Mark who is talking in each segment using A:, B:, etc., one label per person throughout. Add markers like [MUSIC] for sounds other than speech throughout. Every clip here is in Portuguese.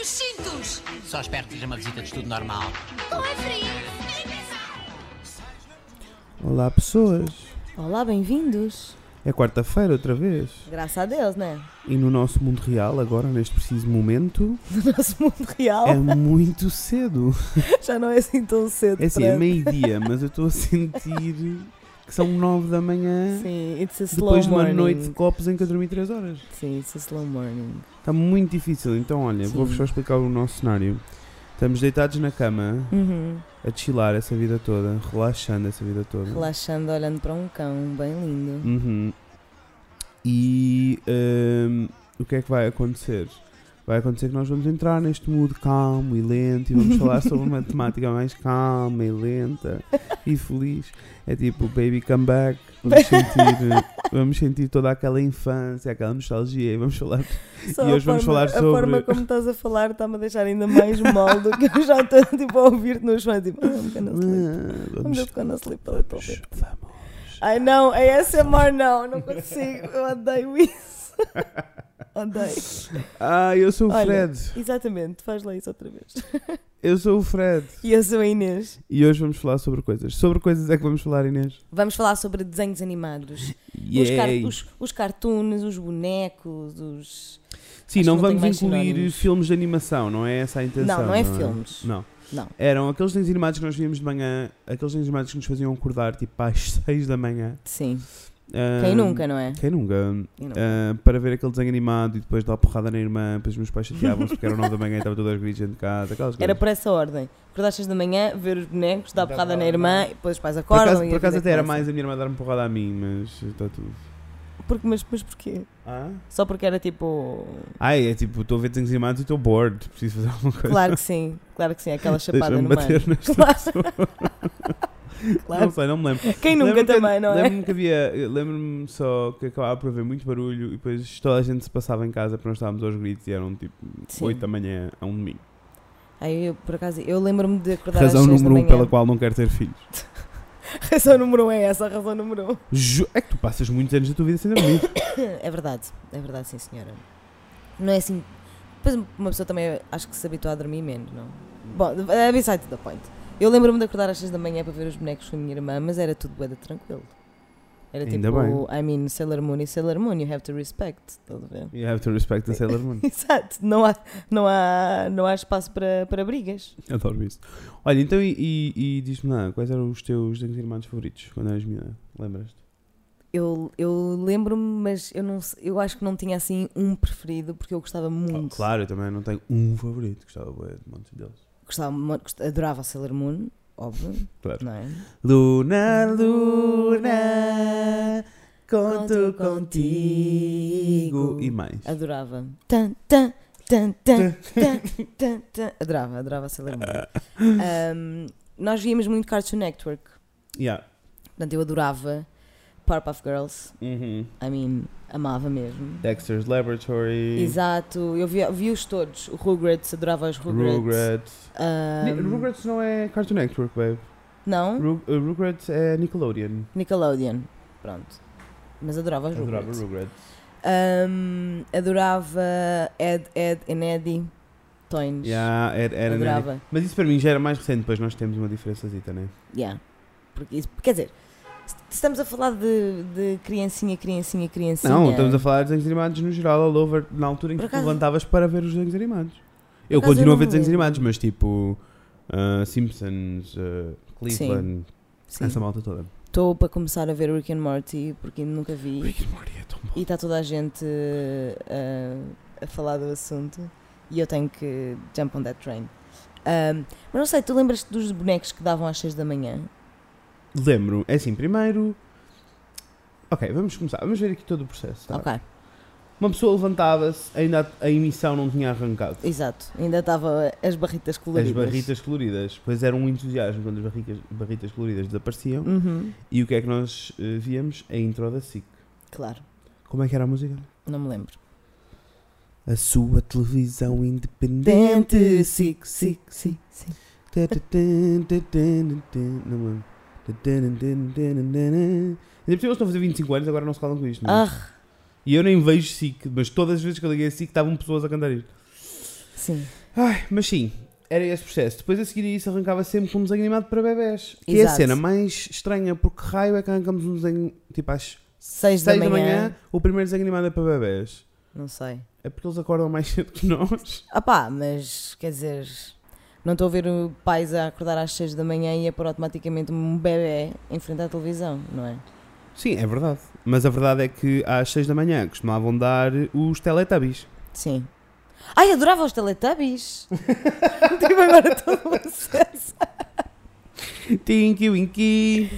A: os cintos!
B: Só espero que seja uma visita de estudo normal.
A: Com a frio!
C: Olá, pessoas.
D: Olá, bem-vindos.
C: É quarta-feira outra vez.
D: Graças a Deus, né? [LAUGHS]
C: E no nosso mundo real, agora, neste preciso momento,
D: No nosso mundo real
C: é muito cedo.
D: já não é assim tão cedo.
C: É assim, é
D: pronto.
C: meio-dia, mas eu estou a sentir que são nove da manhã
D: Sim, it's a slow
C: depois de uma
D: morning.
C: noite de copos em que eu dormi três horas.
D: Sim, it's a slow morning.
C: Está muito difícil, então olha,
D: Sim.
C: vou-vos só explicar o nosso cenário. Estamos deitados na cama,
D: Uhum.
C: a chilar essa vida toda, relaxando essa vida toda.
D: Relaxando, olhando para um cão, bem lindo.
C: Uhum. E hum, o que é que vai acontecer? Vai acontecer que nós vamos entrar neste mood calmo e lento e
D: [LAUGHS]
C: vamos falar sobre uma temática mais calma e lenta e feliz. É tipo Baby Come Back.
D: [LAUGHS]
C: Vamos sentir, vamos sentir toda aquela infância, aquela nostalgia e vamos falar.
D: Só
C: E
D: a
C: hoje vamos
D: forma-
C: falar sobre-
D: A forma como estás a falar está-me a deixar ainda mais mal do que eu já estou [LAUGHS] tipo, a ouvir-te nos fãs. Tipo, I'm gonna sleep. I'm
C: Ah, Vamos.
D: just gonna sleep a little bit.
C: Vamos.
D: Ai não, é ASMR não, não consigo. Eu odeio
C: [LAUGHS]
D: isso. odeio.
C: Ah, eu sou o
D: Olha.
C: Fred.
D: Exatamente, faz lá isso outra vez.
C: Eu sou o Fred.
D: E eu sou a Inês.
C: E hoje vamos falar sobre coisas. Sobre coisas é que vamos falar, Inês.
D: Vamos falar sobre desenhos animados. Os, car
C: Yay!
D: os, os cartoons, os bonecos, os.
C: Sim,
D: Acho
C: não
D: que não tem
C: vamos
D: mais
C: incluir
D: sinónimos.
C: filmes de animação, não é essa a intenção?
D: não, não é filmes.
C: Não.
D: Não.
C: Eram aqueles desenhos animados que nós víamos de manhã, aqueles desenhos animados que nos faziam acordar tipo às [LAUGHS] 6 da manhã.
D: Sim.
C: Ah,
D: Quem nunca, não é?
C: Quem nunca?
D: Quem nunca?
C: Ah, para ver aquele desenho animado e depois dar porrada na irmã, depois os meus pais chateavam-se porque eram 9 da manhã e estava toda a gritos dentro de casa, aquelas coisas.
D: Era por essa ordem. Acordar às seis da manhã, ver os bonecos, dar
C: É. Dá
D: porrada na
C: porrada na
D: irmã,
C: irmã.
D: e depois os pais
C: por
D: acordam.
C: acaso,
D: e
C: por
D: a
C: acaso
D: vida
C: até era
D: começa.
C: mais a minha irmã dar-me porrada a mim, mas está tudo.
D: Porque, mas, mas porquê?
C: Ah?
D: Só porque era tipo.
C: Ai, é tipo, estou a ver desenhos animados e estou bored, preciso fazer alguma coisa. [LAUGHS]
D: Claro que sim, claro que sim, aquela chapada
C: Deixa-me
D: no
C: bater
D: meio.
C: nesta
D: Claro.
C: Não
D: [LAUGHS] claro.
C: sei, não me lembro.
D: Quem nunca
C: Lembro-me que-
D: também, não é?
C: Lembro-me que havia, lembro-me só que acabava por haver muito barulho e depois toda a gente se passava em casa para nós estávamos aos gritos e eram tipo
D: Sim.
C: 8 da manhã a um domingo.
D: Aí eu, por acaso, eu lembro-me de acordar
C: Razão
D: às seis da
C: número 1 um
D: manhã.
C: pela qual não quero ter filhos.
D: Razão número um é essa, a razão número um.
C: Ju- é que tu passas muitos anos da tua vida sem
D: [LAUGHS]
C: dormir.
D: É verdade, é verdade, sim, senhora. Não é assim. Depois uma pessoa também acho que se habitua a dormir menos, não? Bom, é beside the point. Eu lembro-me de acordar às 6 da manhã para ver os bonecos com a minha irmã, mas era tudo bué de tranquilo. Era
C: Ainda
D: tipo, I mean, Sailor Moon e Sailor Moon, you have to respect, estás a ver? [LAUGHS]
C: You have to respect the Sailor Moon.
D: Exato, não há, não há, não há espaço para, para brigas.
C: Adoro isso. Olha, então e, e- e diz-me lá, quais eram os teus desenhos animados favoritos quando eras miúda? Lembras-te?
D: Eu, eu lembro-me, mas eu, não, se- eu acho que não tinha assim um preferido, porque eu gostava
C: Oh,
D: muito.
C: claro, eu também não tenho um favorito, gostava bué de montes deles.
D: gostava, mo- gost- adorava a Sailor Moon, óbvio,
C: Claro.
D: não é?
C: Luna, Luna, conto
D: Conto
C: contigo.
D: contigo.
C: E mais.
D: Adorava. Tan, tan, tan, tan, tan, tan, tan. Adorava, adorava a Sailor Moon. Ahm, nós víamos muito Cartoon Network,
C: Yeah.
D: portanto eu adorava Powerpuff Girls,
C: Uhum.
D: I mean, amava mesmo.
C: Dexter's Laboratory.
D: Exato, eu vi- vi-os todos, o Rugrats, adorava os Rugrats.
C: Rugrats. Ni-
D: Ahm,
C: Rugrats não é Cartoon Network, babe.
D: Não?
C: Ru- uh, Rugrats é Nickelodeon.
D: Nickelodeon, pronto. Mas adorava os
C: Adorava
D: Rugrats.
C: Rugrats.
D: Ahm, adorava Ed, Ed and Eddie, Toons.
C: Yeah, era, era
D: adorava.
C: Mas isso para mim já era mais recente, pois nós temos uma diferençazita, né?
D: Yeah. Porque isso, quer dizer, se se estamos a falar de, de criancinha, criancinha, criancinha.
C: Não, estamos a falar de desenhos animados no geral, all over, na altura em que
D: é. Por
C: tu
D: acaso-
C: levantavas para ver os desenhos animados. Eu
D: acaso eu
C: continuo a
D: não
C: ver
D: me
C: desenhos
D: lembro.
C: animados, mas tipo uh, Simpsons, uh, Cleveland, essa malta toda.
D: Estou para começar a ver o Rick and Morty porque ainda nunca vi.
C: Rick and Morty é tão bom.
D: E está toda a gente uh, a falar do assunto. E eu tenho que jump on that train. Um, mas não sei, tu lembras-te dos bonecos que davam às 6 da manhã?
C: Lembro, é assim, primeiro. Ok, vamos começar. Vamos ver aqui todo o processo. Tá?
D: Ok,
C: Uma pessoa levantava-se, ainda a, a emissão não tinha arrancado.
D: exato. Ainda estava as barritas
C: As
D: coloridas.
C: barritas coloridas. Pois era um entusiasmo quando as barricas- barritas coloridas desapareciam.
D: Uhum,
C: E o que é que nós eh, víamos? A intro da SIC.
D: Claro,
C: Como é que era a música?
D: não me lembro.
C: A sua televisão independente. SIC, SIC, SIC.
D: Sim.
C: Tá, tá, tá, tá, tá, tá, Não me lembro. Tá, tá, tá, tá, tá, tá, tá. Ainda por cima eles estão a fazer 25 anos, agora não se calam com isto. não é?
D: Ah,
C: E eu nem vejo SIC, mas todas as vezes que eu liguei a SIC estavam pessoas a cantar isto.
D: Sim.
C: Ai, mas sim, era esse processo. Depois a seguir a isso arrancava sempre com um desenho animado para bebés. Que é a
D: Exato.
C: cena mais estranha, porque raio é que arrancamos um desenho tipo às
D: 6
C: 6
D: da,
C: da
D: manhã.
C: manhã, o primeiro desenho animado é para bebés.
D: Não sei.
C: É porque eles acordam mais [LAUGHS] cedo que nós.
D: Ah pá, mas quer dizer, não estou a ver o pais a acordar às 6 da manhã e a pôr automaticamente um bebê em frente à televisão, não é?
C: Sim, é verdade. Mas a verdade é que às 6 da manhã costumavam dar os Teletubbies.
D: Sim. Ai, adorava os Teletubbies! Tive agora todo o acesso.
C: [LAUGHS] Tinky Winky,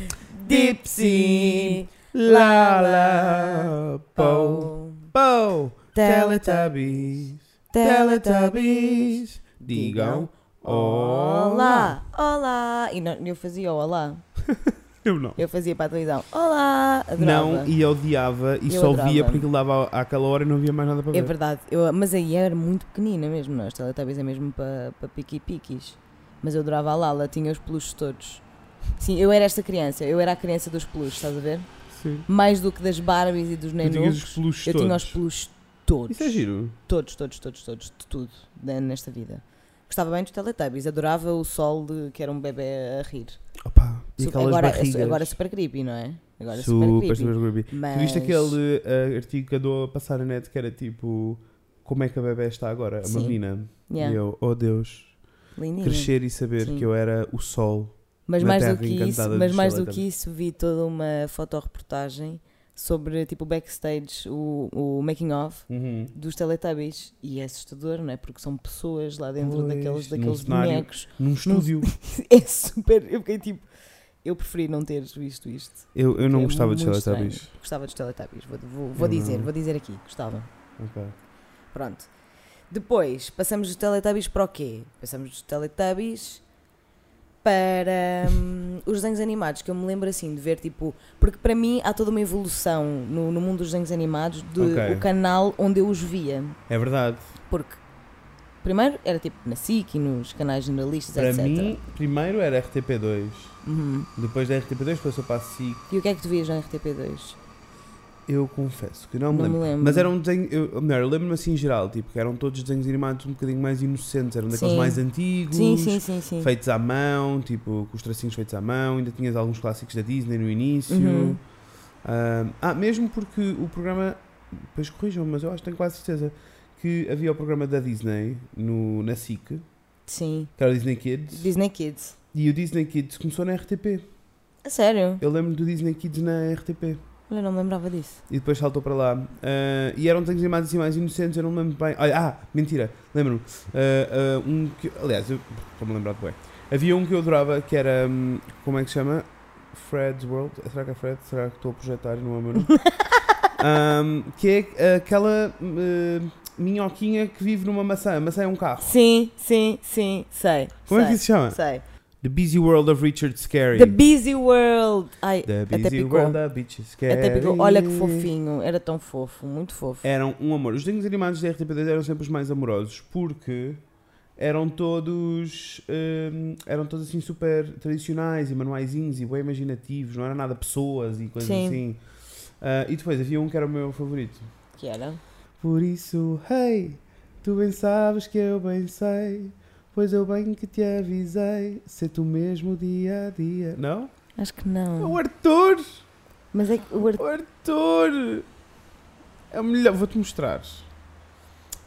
D: Dipsy,
C: la la, pou, pou, Teletubbies, Teletubbies, digam olá.
D: Olá, olá! E não, eu fazia o olá.
C: Eu não.
D: Eu fazia para a televisão. Olá! Adorava.
C: Não, e eu odiava e
D: Eu
C: só
D: adorava.
C: via porque aquilo dava àquela hora e não havia mais nada para
D: É
C: ver.
D: verdade, eu, mas aí era muito pequenina mesmo, não? Os Teletubbies é mesmo para pa piqui-piquis. Mas eu adorava a Lala, tinha os peluches todos. Sim, eu era esta criança, eu era a criança dos peluches, estás a ver?
C: Sim.
D: Mais do que das Barbies e dos
C: Tu tinhas
D: Nenus,
C: os peluches
D: eu
C: todos.
D: tinha os peluches todos.
C: Isso é giro.
D: Todos, todos, todos, todos, de tudo, né, nesta vida. Gostava bem dos Teletubbies, adorava o sol de, que era um bebê a rir.
C: Opa, e aquelas
D: agora, é su-
C: barrigas.
D: agora é super creepy, não é? Agora é
C: super,
D: super creepy.
C: super creepy.
D: Mas...
C: Tu viste aquele eh, artigo que andou a passar na net que era tipo como é que a bebé está agora? Uma
D: Sim.
C: menina. E
D: Yeah,
C: eu, oh Deus,
D: lindinho.
C: crescer e saber
D: Sim.
C: que eu era o sol.
D: Mas
C: na
D: mais do
C: Terra
D: que isso,
C: Encantada
D: mas
C: dos
D: mais do que
C: Teletubbies.
D: isso, vi toda uma fotoreportagem sobre tipo backstage, o, o making of
C: Uhum.
D: dos Teletubbies e é assustador, não é? Porque são pessoas lá dentro
C: Pois,
D: daqueles,
C: num
D: daqueles
C: cenário.
D: bonecos. [LAUGHS]
C: Num estúdio.
D: É super, eu fiquei tipo, eu preferi não ter visto isto.
C: Eu, eu não
D: É
C: gostava de
D: muito
C: Teletubbies.
D: estranho. Gostava dos Teletubbies, vou, vou, vou
C: Eu
D: dizer,
C: não.
D: vou dizer aqui, gostava.
C: Ok.
D: Pronto. Depois, passamos dos Teletubbies para o quê? Passamos dos Teletubbies para hum, os desenhos animados, que eu me lembro assim de ver, tipo. Porque para mim há toda uma evolução no, no mundo dos desenhos animados do
C: Ok.
D: o canal onde eu os via.
C: É verdade.
D: Porque primeiro era tipo na SIC e nos canais generalistas,
C: Para
D: etc.
C: mim, primeiro era RTP2.
D: Uhum.
C: Depois da RTP2 passou para a SIC.
D: E o que é que tu vias na RTP2?
C: Eu confesso que não me
D: Não me
C: lembro.
D: lembro.
C: Mas era um desenho. Eu, ou melhor, eu lembro-me assim em geral, tipo, que eram todos desenhos animados um bocadinho mais inocentes, eram daqueles
D: Sim.
C: mais antigos.
D: Sim, sim, sim, sim.
C: feitos à mão, tipo, com os tracinhos feitos à mão, ainda tinhas alguns clássicos da Disney no início.
D: Uhum.
C: Ahm, ah, mesmo porque o programa, depois corrijam, mas eu acho que tenho quase certeza que havia o programa da Disney no, na SIC, que
D: Sim.
C: era o Disney Kids,
D: Disney Kids.
C: e o Disney Kids começou na RTP.
D: A É sério?
C: Eu lembro do Disney Kids na RTP.
D: Olha, não me lembrava disso.
C: E depois saltou para lá. Ah, e eram desenhos animados assim mais inocentes, eu não me lembro bem. Olha, ah, mentira, lembro-me. Ah, ah, um que, aliás, eu- estou-me a lembrar de bem. Havia um que eu adorava que era. hum, Como é que se chama? Fred's World. Será que é Fred? Será que estou a projetar e não é o meu
D: [LAUGHS]
C: nome? Ahm, que é aquela hum, minhoquinha que vive numa maçã. A maçã é um carro.
D: Ah. Sim, sim, sim, sei.
C: Como é
D: sei,
C: que isso se chama?
D: Sei.
C: The Busy World of Richard Scary.
D: The Busy World. Ai,
C: The
D: até
C: Busy
D: picou.
C: World of Richard Scary.
D: Até picou. Olha que fofinho. Era tão fofo, muito fofo.
C: eram um amor. Os desenhos animados da RTP2 eram sempre os mais amorosos porque eram todos hum, eram todos assim super tradicionais e manuaizinhos e bem imaginativos, não era nada pessoas e coisas
D: Sim.
C: assim. Ah, e depois havia um que era o meu favorito.
D: Que era?
C: Por isso, hey, tu bem sabes que eu bem sei, pois eu bem que te avisei, ser tu mesmo dia a dia. Não?
D: Acho que
C: É
D: não.
C: o Arthur!
D: Mas é que o Arthur.
C: O Arthur! É o melhor. Vou-te mostrar.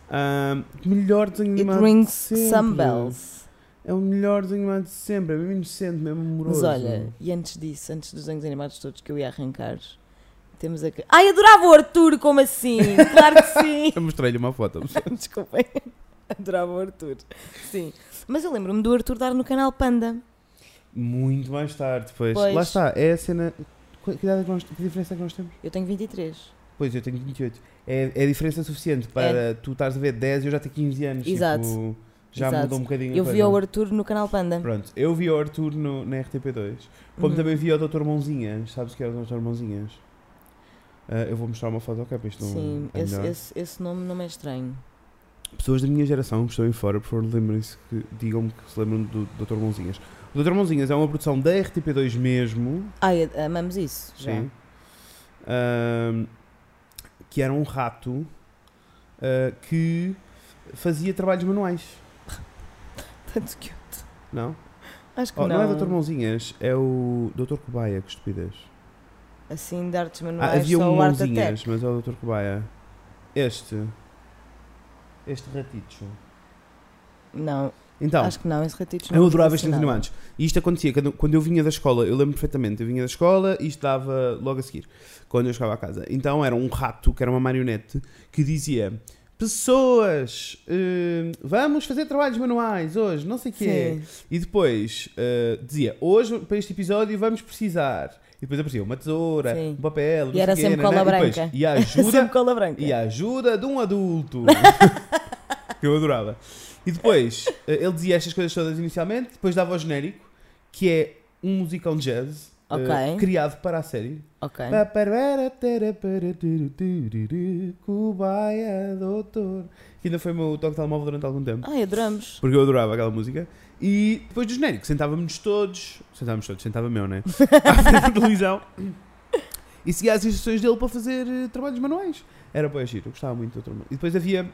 C: Ahm, melhor desenho
D: It
C: animado
D: rings
C: de sempre.
D: some bells.
C: É o melhor desenho animado de sempre. É mesmo inocente, mesmo amoroso.
D: Mas olha, e antes disso, antes dos desenhos animados todos que eu ia arrancar, temos aqui. Ai, adorava o Arthur, como assim? Claro que
C: [LAUGHS]
D: sim! [LAUGHS]
C: Eu mostrei-lhe uma foto.
D: Desculpem. Adorava o Arthur. Sim. Mas eu lembro-me do Arthur dar no canal Panda.
C: Muito mais tarde, pois.
D: Pois.
C: Lá está, é a cena. Qu- Que, idade é que, nós, que diferença é que nós temos?
D: Eu tenho 23.
C: Pois, eu tenho 28. É, é a diferença suficiente para tu estares a ver 10 e eu já tenho 15 anos.
D: Exato.
C: tipo, já
D: Exato.
C: mudou um bocadinho a
D: Eu vi
C: coisa.
D: o Arthur no canal Panda.
C: Pronto, eu vi o Arthur no, na RTP2. Como
D: Uhum.
C: também vi o Dr. Mãozinhas. Sabes que é o Dr. Mãozinhas? Ah, eu vou mostrar uma foto, ok, para isto não
D: Sim,
C: é
D: esse,
C: melhor.
D: esse- esse nome não me é estranho.
C: Pessoas da minha geração que estão aí fora, por favor, lembrem-se que digam-me que se lembram do Dr. Mãozinhas. O Dr. Mãozinhas é uma produção da RTP2 mesmo,
D: Ai, ad- amamos isso. Já.
C: sim, Ahm, que era um rato ah, que fazia trabalhos manuais,
D: Tanto que eu. te-
C: não?
D: Acho que
C: Oh,
D: não.
C: não. é Dr. Mãozinhas, é o Dr. Cobaia, que estupidez.
D: Assim, de artes
C: Ah,
D: manuais,
C: havia
D: só
C: um
D: o Art Attack.
C: Mãozinhas, mas é o Dr. Cobaia. Este. Este ratito.
D: Não,
C: Então,
D: acho que não, esse ratito
C: eu adorava estes animados. E isto acontecia quando, quando eu vinha da escola, eu lembro perfeitamente, eu vinha da escola e isto dava logo a seguir, quando eu chegava à casa. Então era um rato, que era uma marionete, que dizia... Pessoas, eh, vamos fazer trabalhos manuais hoje, não sei o quê.
D: [LAUGHS] Sim.
C: E depois eh, dizia, hoje para este episódio vamos precisar. E depois aparecia uma tesoura,
D: Sim.
C: um papel, não sei
D: era
C: quê,
D: sempre
C: nanã.
D: cola
C: E depois,
D: branca.
C: E a
D: Sempre
C: ajuda,
D: cola branca.
C: e a ajuda de um
D: [LAUGHS]
C: adulto. que eu adorava. E depois eh, ele dizia estas coisas todas inicialmente, depois dava o genérico, que é um musical jazz eh,
D: Ok.
C: criado para a série.
D: Ok.
C: Cobaia, doutor. Que ainda foi o meu toque de telemóvel durante algum tempo.
D: Ai, adoramos.
C: Porque eu adorava aquela música. E depois do genérico, sentávamos-nos todos. Sentávamos todos, sentava-me eu, né? [LAUGHS] À frente da televisão. E seguia as instruções dele para fazer eh, trabalhos manuais. Era para giro, eu gostava muito do Dr. Mão- E depois havia.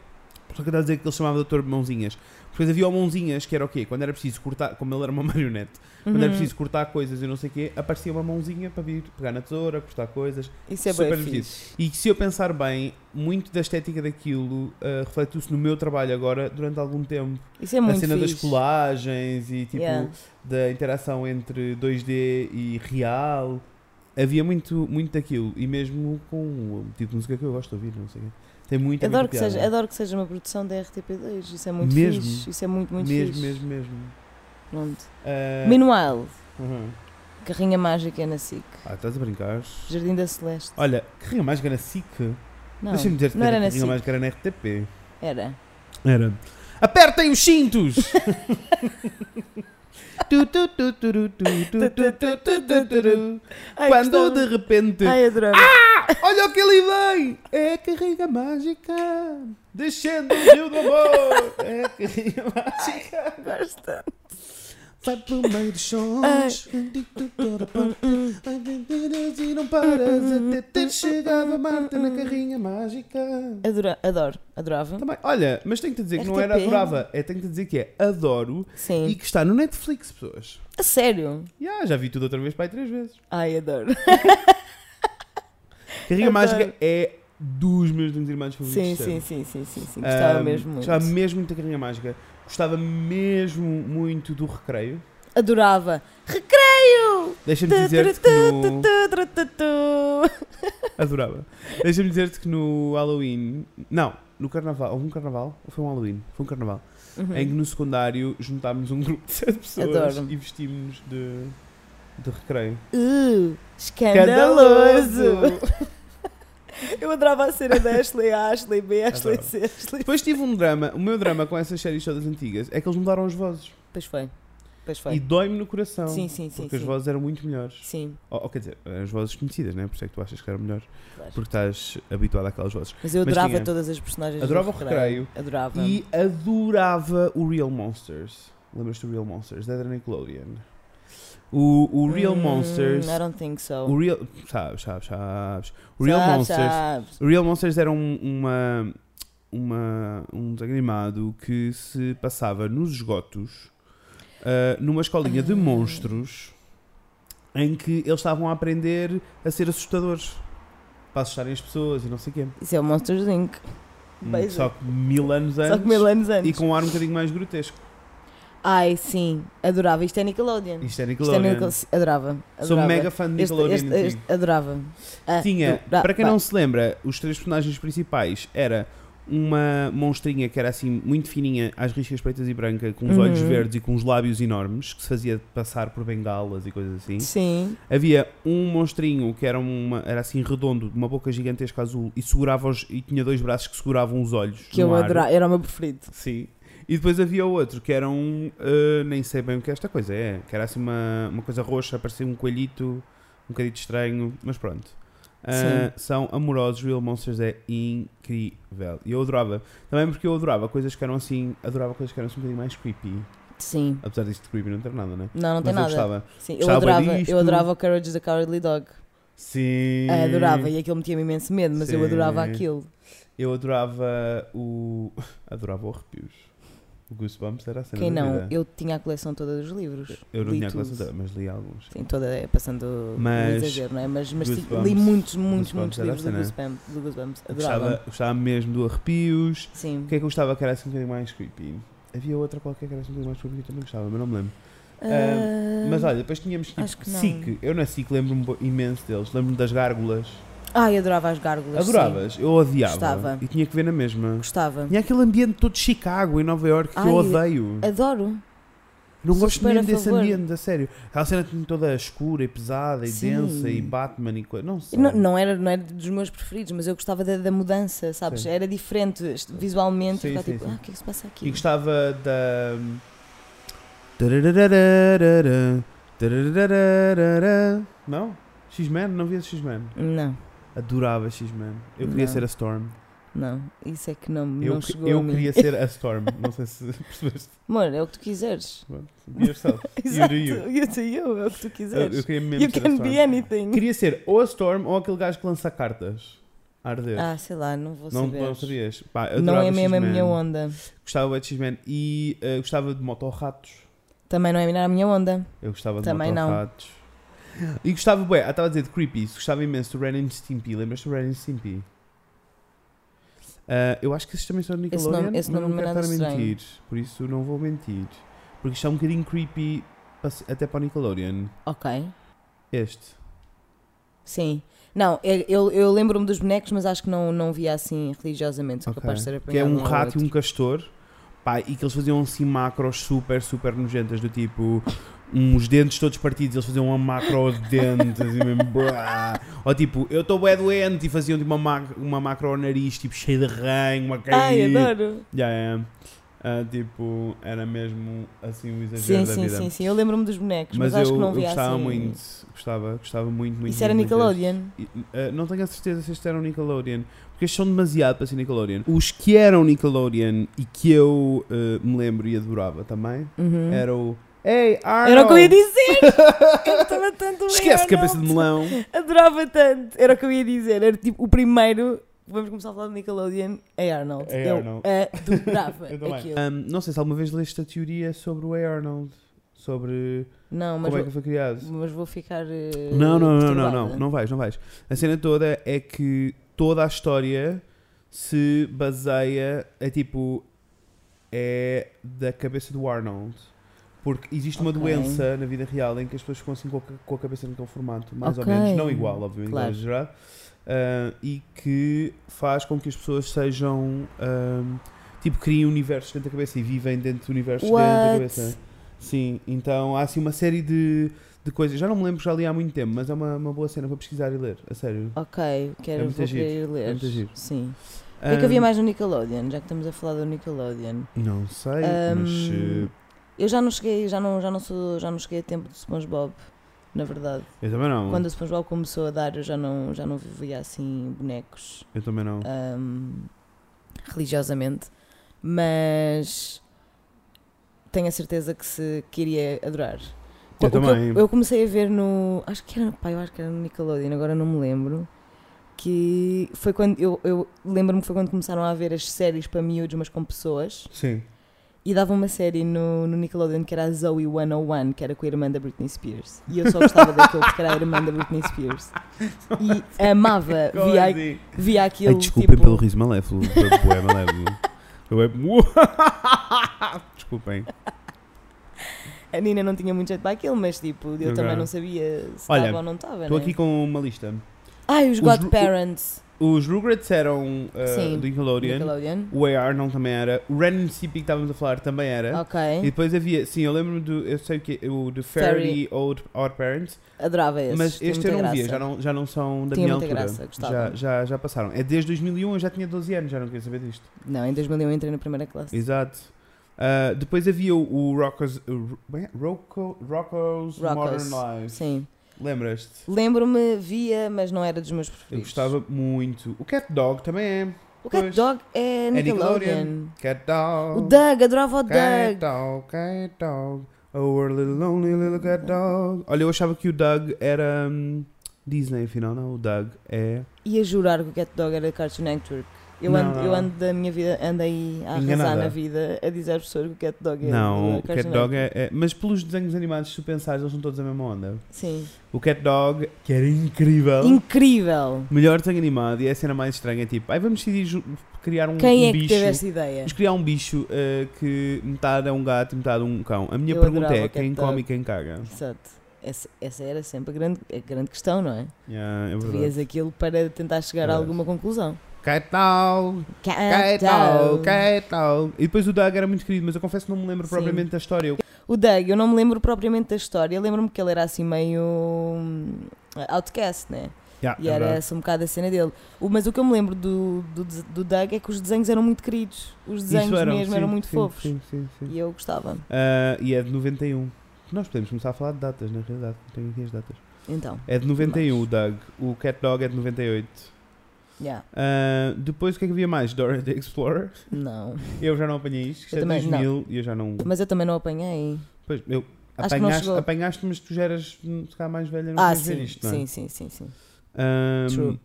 C: Por isso que eu estava a dizer que ele se chamava Dr. Mãozinhas. Depois havia o Mãozinhas, que era o quê? Quando era preciso cortar. Como ele era uma [LAUGHS] marionete. Quando era
D: Uhum.
C: é preciso cortar coisas e não sei o quê, aparecia uma mãozinha para vir pegar na tesoura, cortar coisas.
D: Isso é
C: super
D: bem
C: divertido.
D: fixe.
C: E que se eu pensar bem, muito da estética daquilo eh, refletiu-se no meu trabalho agora durante algum tempo
D: Isso é
C: a
D: muito
C: cena das
D: fixe.
C: colagens e tipo
D: Yeah.
C: da interação entre 2D e real. Havia muito, muito daquilo. E mesmo com o tipo de música que eu gosto de ouvir, não sei o quê. Tem muita,
D: Adoro
C: muita
D: que,
C: piada.
D: seja, adoro que seja uma produção da RTP2. Isso é muito
C: Mesmo.
D: fixe. Isso é muito, muito
C: mesmo,
D: fixe. Um
C: mesmo, mesmo,
D: Pronto.
C: Ah,
D: Meanwhile,
C: uhum.
D: Carrinha Mágica na SIC.
C: Ah, estás a brincar?
D: Jardim da Celeste.
C: Olha, que rinha mais na SIC.
D: Não,
C: Deixa-me dizer-te
D: não era na
C: que rinha
D: SIC.
C: mais que era na RTP.
D: Era.
C: Era. Apertem os
D: [LAUGHS]
C: cintos! Tu, tu, tu, tu, tu, tu, tu, tu, tu, tu, tu, tu, tu.
D: Ai,
C: Quando
D: gostava.
C: de repente Ah!
D: Ai, adorava.
C: Olha o que ele vem! É a carriga mágica! Descendo o rio do amor! É a carriga mágica!
D: Gosto tanto.
C: Vai pelo meio dos sons! Dito toda a parte. Vai venderas e não paras até ter chegado a Marta na carrinha mágica!
D: Adora, adoro. Adorava.
C: Também, olha, mas tenho que te dizer que não era
D: RTP.
C: adorava, é tenho que te dizer que é adoro
D: Sim.
C: e que está no Netflix, pessoas.
D: A sério?
C: Ya, já vi tudo outra vez, pai, três vezes.
D: Ai, adoro.
C: Carrinha
D: Adoro.
C: mágica é dos meus desenhos animados favoritos.
D: Sim,
C: de sempre.
D: sim, sim, sim, sim, sim. Gostava
C: Ahm,
D: mesmo muito.
C: Gostava mesmo muito da Carrinha Mágica. Gostava mesmo muito do Recreio.
D: Adorava. Recreio!
C: Deixa-me
D: Tu,
C: dizer-te
D: tu,
C: que
D: tu,
C: no...
D: tu, tu, tu, tu, tu.
C: Adorava. Deixa-me dizer-te que no Halloween... Não, no Carnaval. Houve um Carnaval? Ou foi um Halloween? Foi um Carnaval.
D: Uhum.
C: Em que no secundário juntámos um grupo de sete pessoas
D: Adoro.
C: e vestimos-nos de... De recreio.
D: Uh, escandaloso! Eu adorava a cena da Ashley A, Ashley B, Ashley
C: Adoro.
D: C, Ashley.
C: [LAUGHS] Depois tive um drama. O meu drama com essas séries todas antigas é que eles mudaram as vozes.
D: Pois foi. Pois
C: E
D: foi.
C: dói-me no coração.
D: Sim, sim, sim.
C: Porque as
D: sim.
C: vozes eram muito melhores.
D: Sim,
C: Ou, ou quer dizer, as vozes conhecidas, né? Por isso é que tu achas que era melhor.
D: claro.
C: Porque estás habituado àquelas vozes.
D: Mas eu
C: Mas
D: adorava
C: tinha.
D: todas as personagens. do
C: Adorava o recreio.
D: Adorava.
C: E adorava o Real Monsters. Lembras-te do Real Monsters? Da Nickelodeon. O, o Real
D: Hum,
C: Monsters.
D: I don't think so.
C: O Real. Sabes, sabes, sabes. O Real
D: Sabes,
C: Monsters.
D: sabes.
C: O Real Monsters era um, uma, uma, um desenho animado que se passava nos esgotos, ah, numa escolinha de monstros, em que eles estavam a aprender a ser assustadores. Para assustarem as pessoas e não sei o quê.
D: Isso é o Monsters Inc.
C: Hum,
D: Beijo.
C: Só que mil anos antes.
D: é. Só que mil anos antes.
C: E com um ar um bocadinho mais grotesco.
D: Ai, sim. Adorava. Isto é Nickelodeon.
C: Isto é
D: Isto é
C: Nickelodeon.
D: Nickelodeon. Adorava. adorava.
C: Sou mega fã de
D: Este-
C: Nickelodeon.
D: este-
C: antigo.
D: este- adorava. Ah,
C: Tinha,
D: Adorava.
C: para quem não se lembra, os três personagens principais era uma monstrinha que era assim muito fininha, às riscas pretas e branca, com os olhos
D: Uhum.
C: verdes e com os lábios enormes, que se fazia passar por bengalas e coisas assim.
D: Sim.
C: Havia um monstrinho que era, uma, era assim redondo, de uma boca gigantesca azul e segurava os, e tinha dois braços que seguravam os olhos.
D: Que
C: no
D: eu
C: ar.
D: adorava. Era o meu preferido.
C: Sim. E depois havia o outro que era um. ah, nem sei bem o que esta coisa é. Que era assim uma, uma coisa roxa, parecia um coelhito, um bocadito estranho, mas pronto. Ah, são amorosos, Real Monsters é incrível. E eu adorava. Também porque eu adorava coisas que eram assim. Adorava coisas que eram assim um bocadinho mais creepy.
D: Sim.
C: Apesar disto de creepy não ter nada, né?
D: Não, não
C: mas
D: tem
C: eu
D: nada.
C: gostava.
D: Sim, eu
C: Gostava
D: adorava,
C: disto.
D: eu adorava o Courage the Cowardly Dog. Ah,
C: Sim.
D: Adorava, e aquilo metia-me imenso medo, mas eu
C: Sim.
D: adorava aquilo.
C: Eu adorava o. [LAUGHS] Adorava o Arrepios. O Goosebumps era a cena
D: Quem
C: da
D: não?
C: vida.
D: Eu tinha a coleção toda dos livros.
C: Eu não
D: li
C: tinha a
D: tudo.
C: coleção toda, mas li alguns.
D: Sim, toda é passando
C: Mas-
D: o exagero, não é? Mas, mas sim, li
C: Goosebumps.
D: muitos, muitos,
C: Goosebumps
D: muitos
C: era
D: livros do
C: essa,
D: Goosebumps, do Goosebumps. Adorava.
C: Gostava, gostava mesmo do Arrepios.
D: Sim.
C: O que é que eu gostava que era assim um bocadinho mais creepy? Havia outra qualquer que era assim um bocadinho mais creepy que eu também gostava, mas não me lembro. Ah, mas olha, depois tínhamos tipo
D: Hum, acho que não.
C: SIC. Eu na SIC lembro-me bo- imenso deles. Lembro-me das gárgulas.
D: Ai, adorava as gárgulas. Sim.
C: Adoravas? Eu odiava.
D: Gostava.
C: E tinha que ver na mesma.
D: Gostava.
C: E há aquele ambiente todo de Chicago e Nova York que
D: Ai,
C: eu odeio.
D: Adoro.
C: Não
D: sou
C: gosto
D: super
C: nem
D: a
C: desse
D: favor.
C: ambiente, a sério. Aquela cena tinha toda escura e pesada e
D: Sim.
C: densa e Batman e coisa. Não sei.
D: Não, não era, não era dos meus preferidos, mas eu gostava da, da mudança, sabes?
C: Sim.
D: Era diferente est- visualmente.
C: Sim,
D: ficar
C: sim,
D: tipo,
C: sim.
D: ah, o que é que se passa aqui?
C: E gostava da. Tararararara, tararararara. Não? X-Men? Não via X-Men.
D: Não,
C: Adorava X-Men. Eu queria
D: Não.
C: ser a Storm.
D: não. Isso é que não,
C: Eu,
D: não
C: que-
D: chegou
C: eu
D: a mim.
C: queria ser a Storm. Não sei se percebeste.
D: [LAUGHS] Amor, é o que tu
C: [LAUGHS]
D: quiseres.
C: Be yourself. You
D: Exato.
C: do you.
D: You do you, é o que tu
C: Eu,
D: quiseres.
C: eu queria mesmo
D: you
C: ser a
D: can
C: Storm.
D: be anything.
C: Queria ser ou a Storm ou aquele gajo que lança cartas. A arder.
D: Ah, sei lá, não vou
C: não,
D: saber.
C: não sabias? Pá, eu
D: Não
C: adorava
D: é mesmo a
C: X-Men.
D: minha onda.
C: Gostava bué de X-Men e eh, gostava de motorratos.
D: Também não é mesmo a minha onda.
C: Eu gostava de
D: Também não.
C: motorratos. E gostava, bué, ah, estava a dizer de Creepy, gostava imenso do Ren and Stimpy. Lembras-te do Ren and Stimpy? Ah, eu acho que esses também são de
D: Esse nome-
C: Nickelodeon,
D: esse
C: mas não
D: nome não é
C: quero
D: nada
C: estar a
D: estranho.
C: mentir, por isso não vou mentir. Porque isto é um bocadinho creepy pa- até para o Nickelodeon.
D: Ok.
C: Este.
D: Sim. Não, eu, eu- eu lembro-me dos bonecos, mas acho que não, não via assim religiosamente. Sou
C: Ok.
D: capaz de ser
C: que é
D: apanhado
C: um
D: ou
C: rato
D: outro.
C: e um castor, pá, e que eles faziam assim macros super, super nojentas, do tipo uns dentes todos partidos, eles faziam uma macro de dentes, assim mesmo, brá. ou tipo, eu estou bué doente, e faziam tipo, uma, mac- uma macro ao nariz, tipo, cheio de ranho, uma caída.
D: Ai, adoro.
C: Já é. Ah, tipo, era mesmo assim um
D: Sim,
C: exagero da
D: sim,
C: vida.
D: sim, sim. Eu lembro-me dos bonecos,
C: Mas,
D: mas,
C: eu,
D: acho que
C: eu
D: não via
C: gostava
D: assim.
C: muito, gostava, gostava muito, muito.
D: Isso era
C: muito, muito deste.
D: Nickelodeon.
C: E, eh, não tenho a certeza se estes eram Nickelodeon, porque estes são demasiado para ser Nickelodeon. Os que eram Nickelodeon e que eu eh, me lembro e adorava também
D: Uhum.
C: era o Hey Arnold!
D: Era o que eu
C: [LAUGHS]
D: ia dizer! eu gostava tanto do
C: Esquece cabeça de
D: Arnold.
C: melão!
D: Adorava tanto! Era o que eu ia dizer. Era tipo o primeiro. Vamos começar a falar de Nickelodeon. É Arnold.
C: Hey
D: eu
C: Arnold. [LAUGHS]
D: adorava
C: Eu também.
D: é aquilo.
C: Ahm, não sei se alguma vez leste a teoria sobre o Hey Arnold, sobre
D: Não, mas,
C: como é
D: vou,
C: que foi criado.
D: mas vou ficar. eh,
C: Não, não, não, não,
D: perturbada.
C: não, não vais, não vais. A cena toda é que toda a história se baseia, é tipo, é da cabeça do Arnold. Porque existe uma
D: Ok.
C: doença na vida real em que as pessoas ficam assim com a, ca- com a cabeça naquele formato, mais
D: Ok.
C: ou menos, não igual, obviamente,
D: Claro.
C: claro. gerado, ah, e que faz com que as pessoas sejam, ah, tipo, criem universos dentro da cabeça e vivem dentro do universo dentro da
D: What?
C: cabeça. é? Sim, então há assim uma série de, de coisas. Já não me lembro, já li há muito tempo, mas é uma, uma boa cena para pesquisar e ler, a sério.
D: Ok, quero
C: É muito
D: vou
C: giro,
D: querer ler.
C: é muito giro.
D: Sim. O que é que havia mais no Nickelodeon? Já que estamos a falar do Nickelodeon.
C: Não sei, mas. eh,
D: Ahm, Eu já não cheguei, já não, já não sou, já não cheguei a tempo do SpongeBob, na verdade.
C: Eu também não.
D: Quando o SpongeBob começou a dar, eu já não, já não vivia assim bonecos
C: Eu também não.
D: ahm, religiosamente, mas tenho a certeza que se queria adorar.
C: Eu
D: O que
C: também.
D: eu comecei a ver no. Acho que era. Pá, eu acho que era no Nickelodeon, agora não me lembro. Que foi quando. Eu, eu lembro-me que foi quando começaram a haver as séries para miúdos, mas com pessoas.
C: Sim.
D: E dava uma série no, no Nickelodeon que era a Zoe 101, que era com a irmã da Britney Spears. E eu só gostava daquilo porque era a irmã da Britney Spears.
C: [LAUGHS]
D: E amava, via,
C: Ai,
D: via aquilo.
C: desculpem
D: tipo,
C: pelo riso maléfico. Foi bué [LAUGHS] maléfico. Foi bué- é- [LAUGHS] desculpem.
D: A Nina não tinha muito jeito para aquilo, mas tipo, eu
C: Ok.
D: também não sabia se
C: Olha,
D: estava ou não estava.
C: Estou
D: né?
C: aqui com uma lista.
D: Ai,
C: os
D: os
C: Ru-
D: Godparents.
C: Os Rugrats eram eh,
D: Sim,
C: do Nickelodeon.
D: Nickelodeon.
C: O AR não também era. O Ren Sipi que estávamos a falar também era. E
D: Ok.
C: depois havia, sim, eu lembro-me do, eu sei o que, o The Fairy Old Odd Parents,
D: Adorava esse.
C: mas
D: tinha
C: este
D: muita
C: eu não via,
D: graça.
C: já não, já não são da
D: Tinha
C: minha
D: muita
C: altura.
D: graça, gostava.
C: já, já, já passaram. É desde 2001, eu já tinha 12 anos, já não queria saber disto.
D: Não, em 2001 entrei na primeira classe.
C: Exato. Ah, depois havia o, o Rocco's, o Ro- Rocco, Rocco's,
D: Rocco's.
C: Modern Life.
D: Sim.
C: Lembras-te?
D: Lembro-me, via, mas não era dos meus
C: Eu
D: preferidos.
C: gostava muito. O Cat Dog também é.
D: O Cat
C: Pois.
D: Dog é
C: Nickelodeon.
D: Nickelodeon.
C: Cat Dog.
D: O Doug, adorava o
C: Cat
D: Doug.
C: dog, cat dog. Oh, we're a little lonely little cat dog. Olha, eu achava que o Doug era. hum, Disney, afinal não, o Doug é.
D: Ia jurar que o Cat Dog era Cartoon Network. Eu,
C: Não,
D: ando,
C: não,
D: eu
C: não.
D: ando da minha vida, ando aí a arrasar
C: Enganada.
D: na vida a dizer às pessoas que o Cat Dog é
C: não,
D: é
C: o Cat Dog é, é- Mas pelos desenhos animados, se tu pensares, eles são todos a mesma onda.
D: Sim.
C: O Cat Dog, que era incrível.
D: Incrível!
C: Melhor desenho animado e é a cena mais estranha, é tipo, aí vamos decidir ju- criar um,
D: Quem
C: um
D: é que
C: bicho.
D: teve essa ideia?
C: Vamos criar um bicho eh, que metade é um gato e metade é um cão. A minha
D: Eu
C: pergunta
D: adorava
C: é
D: Cat
C: quem
D: Dog.
C: come e quem caga.
D: Exato. Essa, essa era sempre a grande, a grande questão, não é?
C: Yeah, é
D: Tu
C: verdade.
D: vias aquilo para tentar chegar a
C: Verdade.
D: alguma conclusão.
C: Cat Dog,
D: É
C: Cat Dog, Cat Dog. é E depois o Doug era muito querido, mas eu confesso que não me lembro
D: Sim.
C: propriamente da história. Eu-
D: O Doug, eu não me lembro propriamente da história, lembro-me que ele era assim meio hum, outcast, né?
C: Yeah,
D: E
C: é
D: era
C: verdade.
D: essa um bocado a cena dele. O- mas o que eu me lembro do, do, des- do Doug é que os desenhos eram muito queridos. Os desenhos
C: Isso eram,
D: mesmo
C: sim,
D: eram muito
C: sim,
D: fofos.
C: Sim, sim, sim.
D: E eu gostava.
C: Ah, e é de 91. Nós podemos começar a falar de datas, na realidade. não Tenho aqui as datas.
D: Então,
C: É de 91 o Doug. O Cat Dog é de 98.
D: yeah.
C: Ah, depois o que é que havia mais? Dora the Explorer. [LAUGHS]
D: não.
C: Eu já não apanhei isto. Isto
D: Eu
C: é de
D: também,
C: 2000 e eu já não.
D: Mas eu também não apanhei.
C: Pois, eu.
D: Acho que não
C: Apanhaste,
D: chegou.
C: apanhaste, mas tu já eras hum, se calhar mais velha. Não
D: ah,
C: podias ver
D: sim,
C: isto, não é?
D: sim, sim, sim, sim.
C: Ahm,
D: True.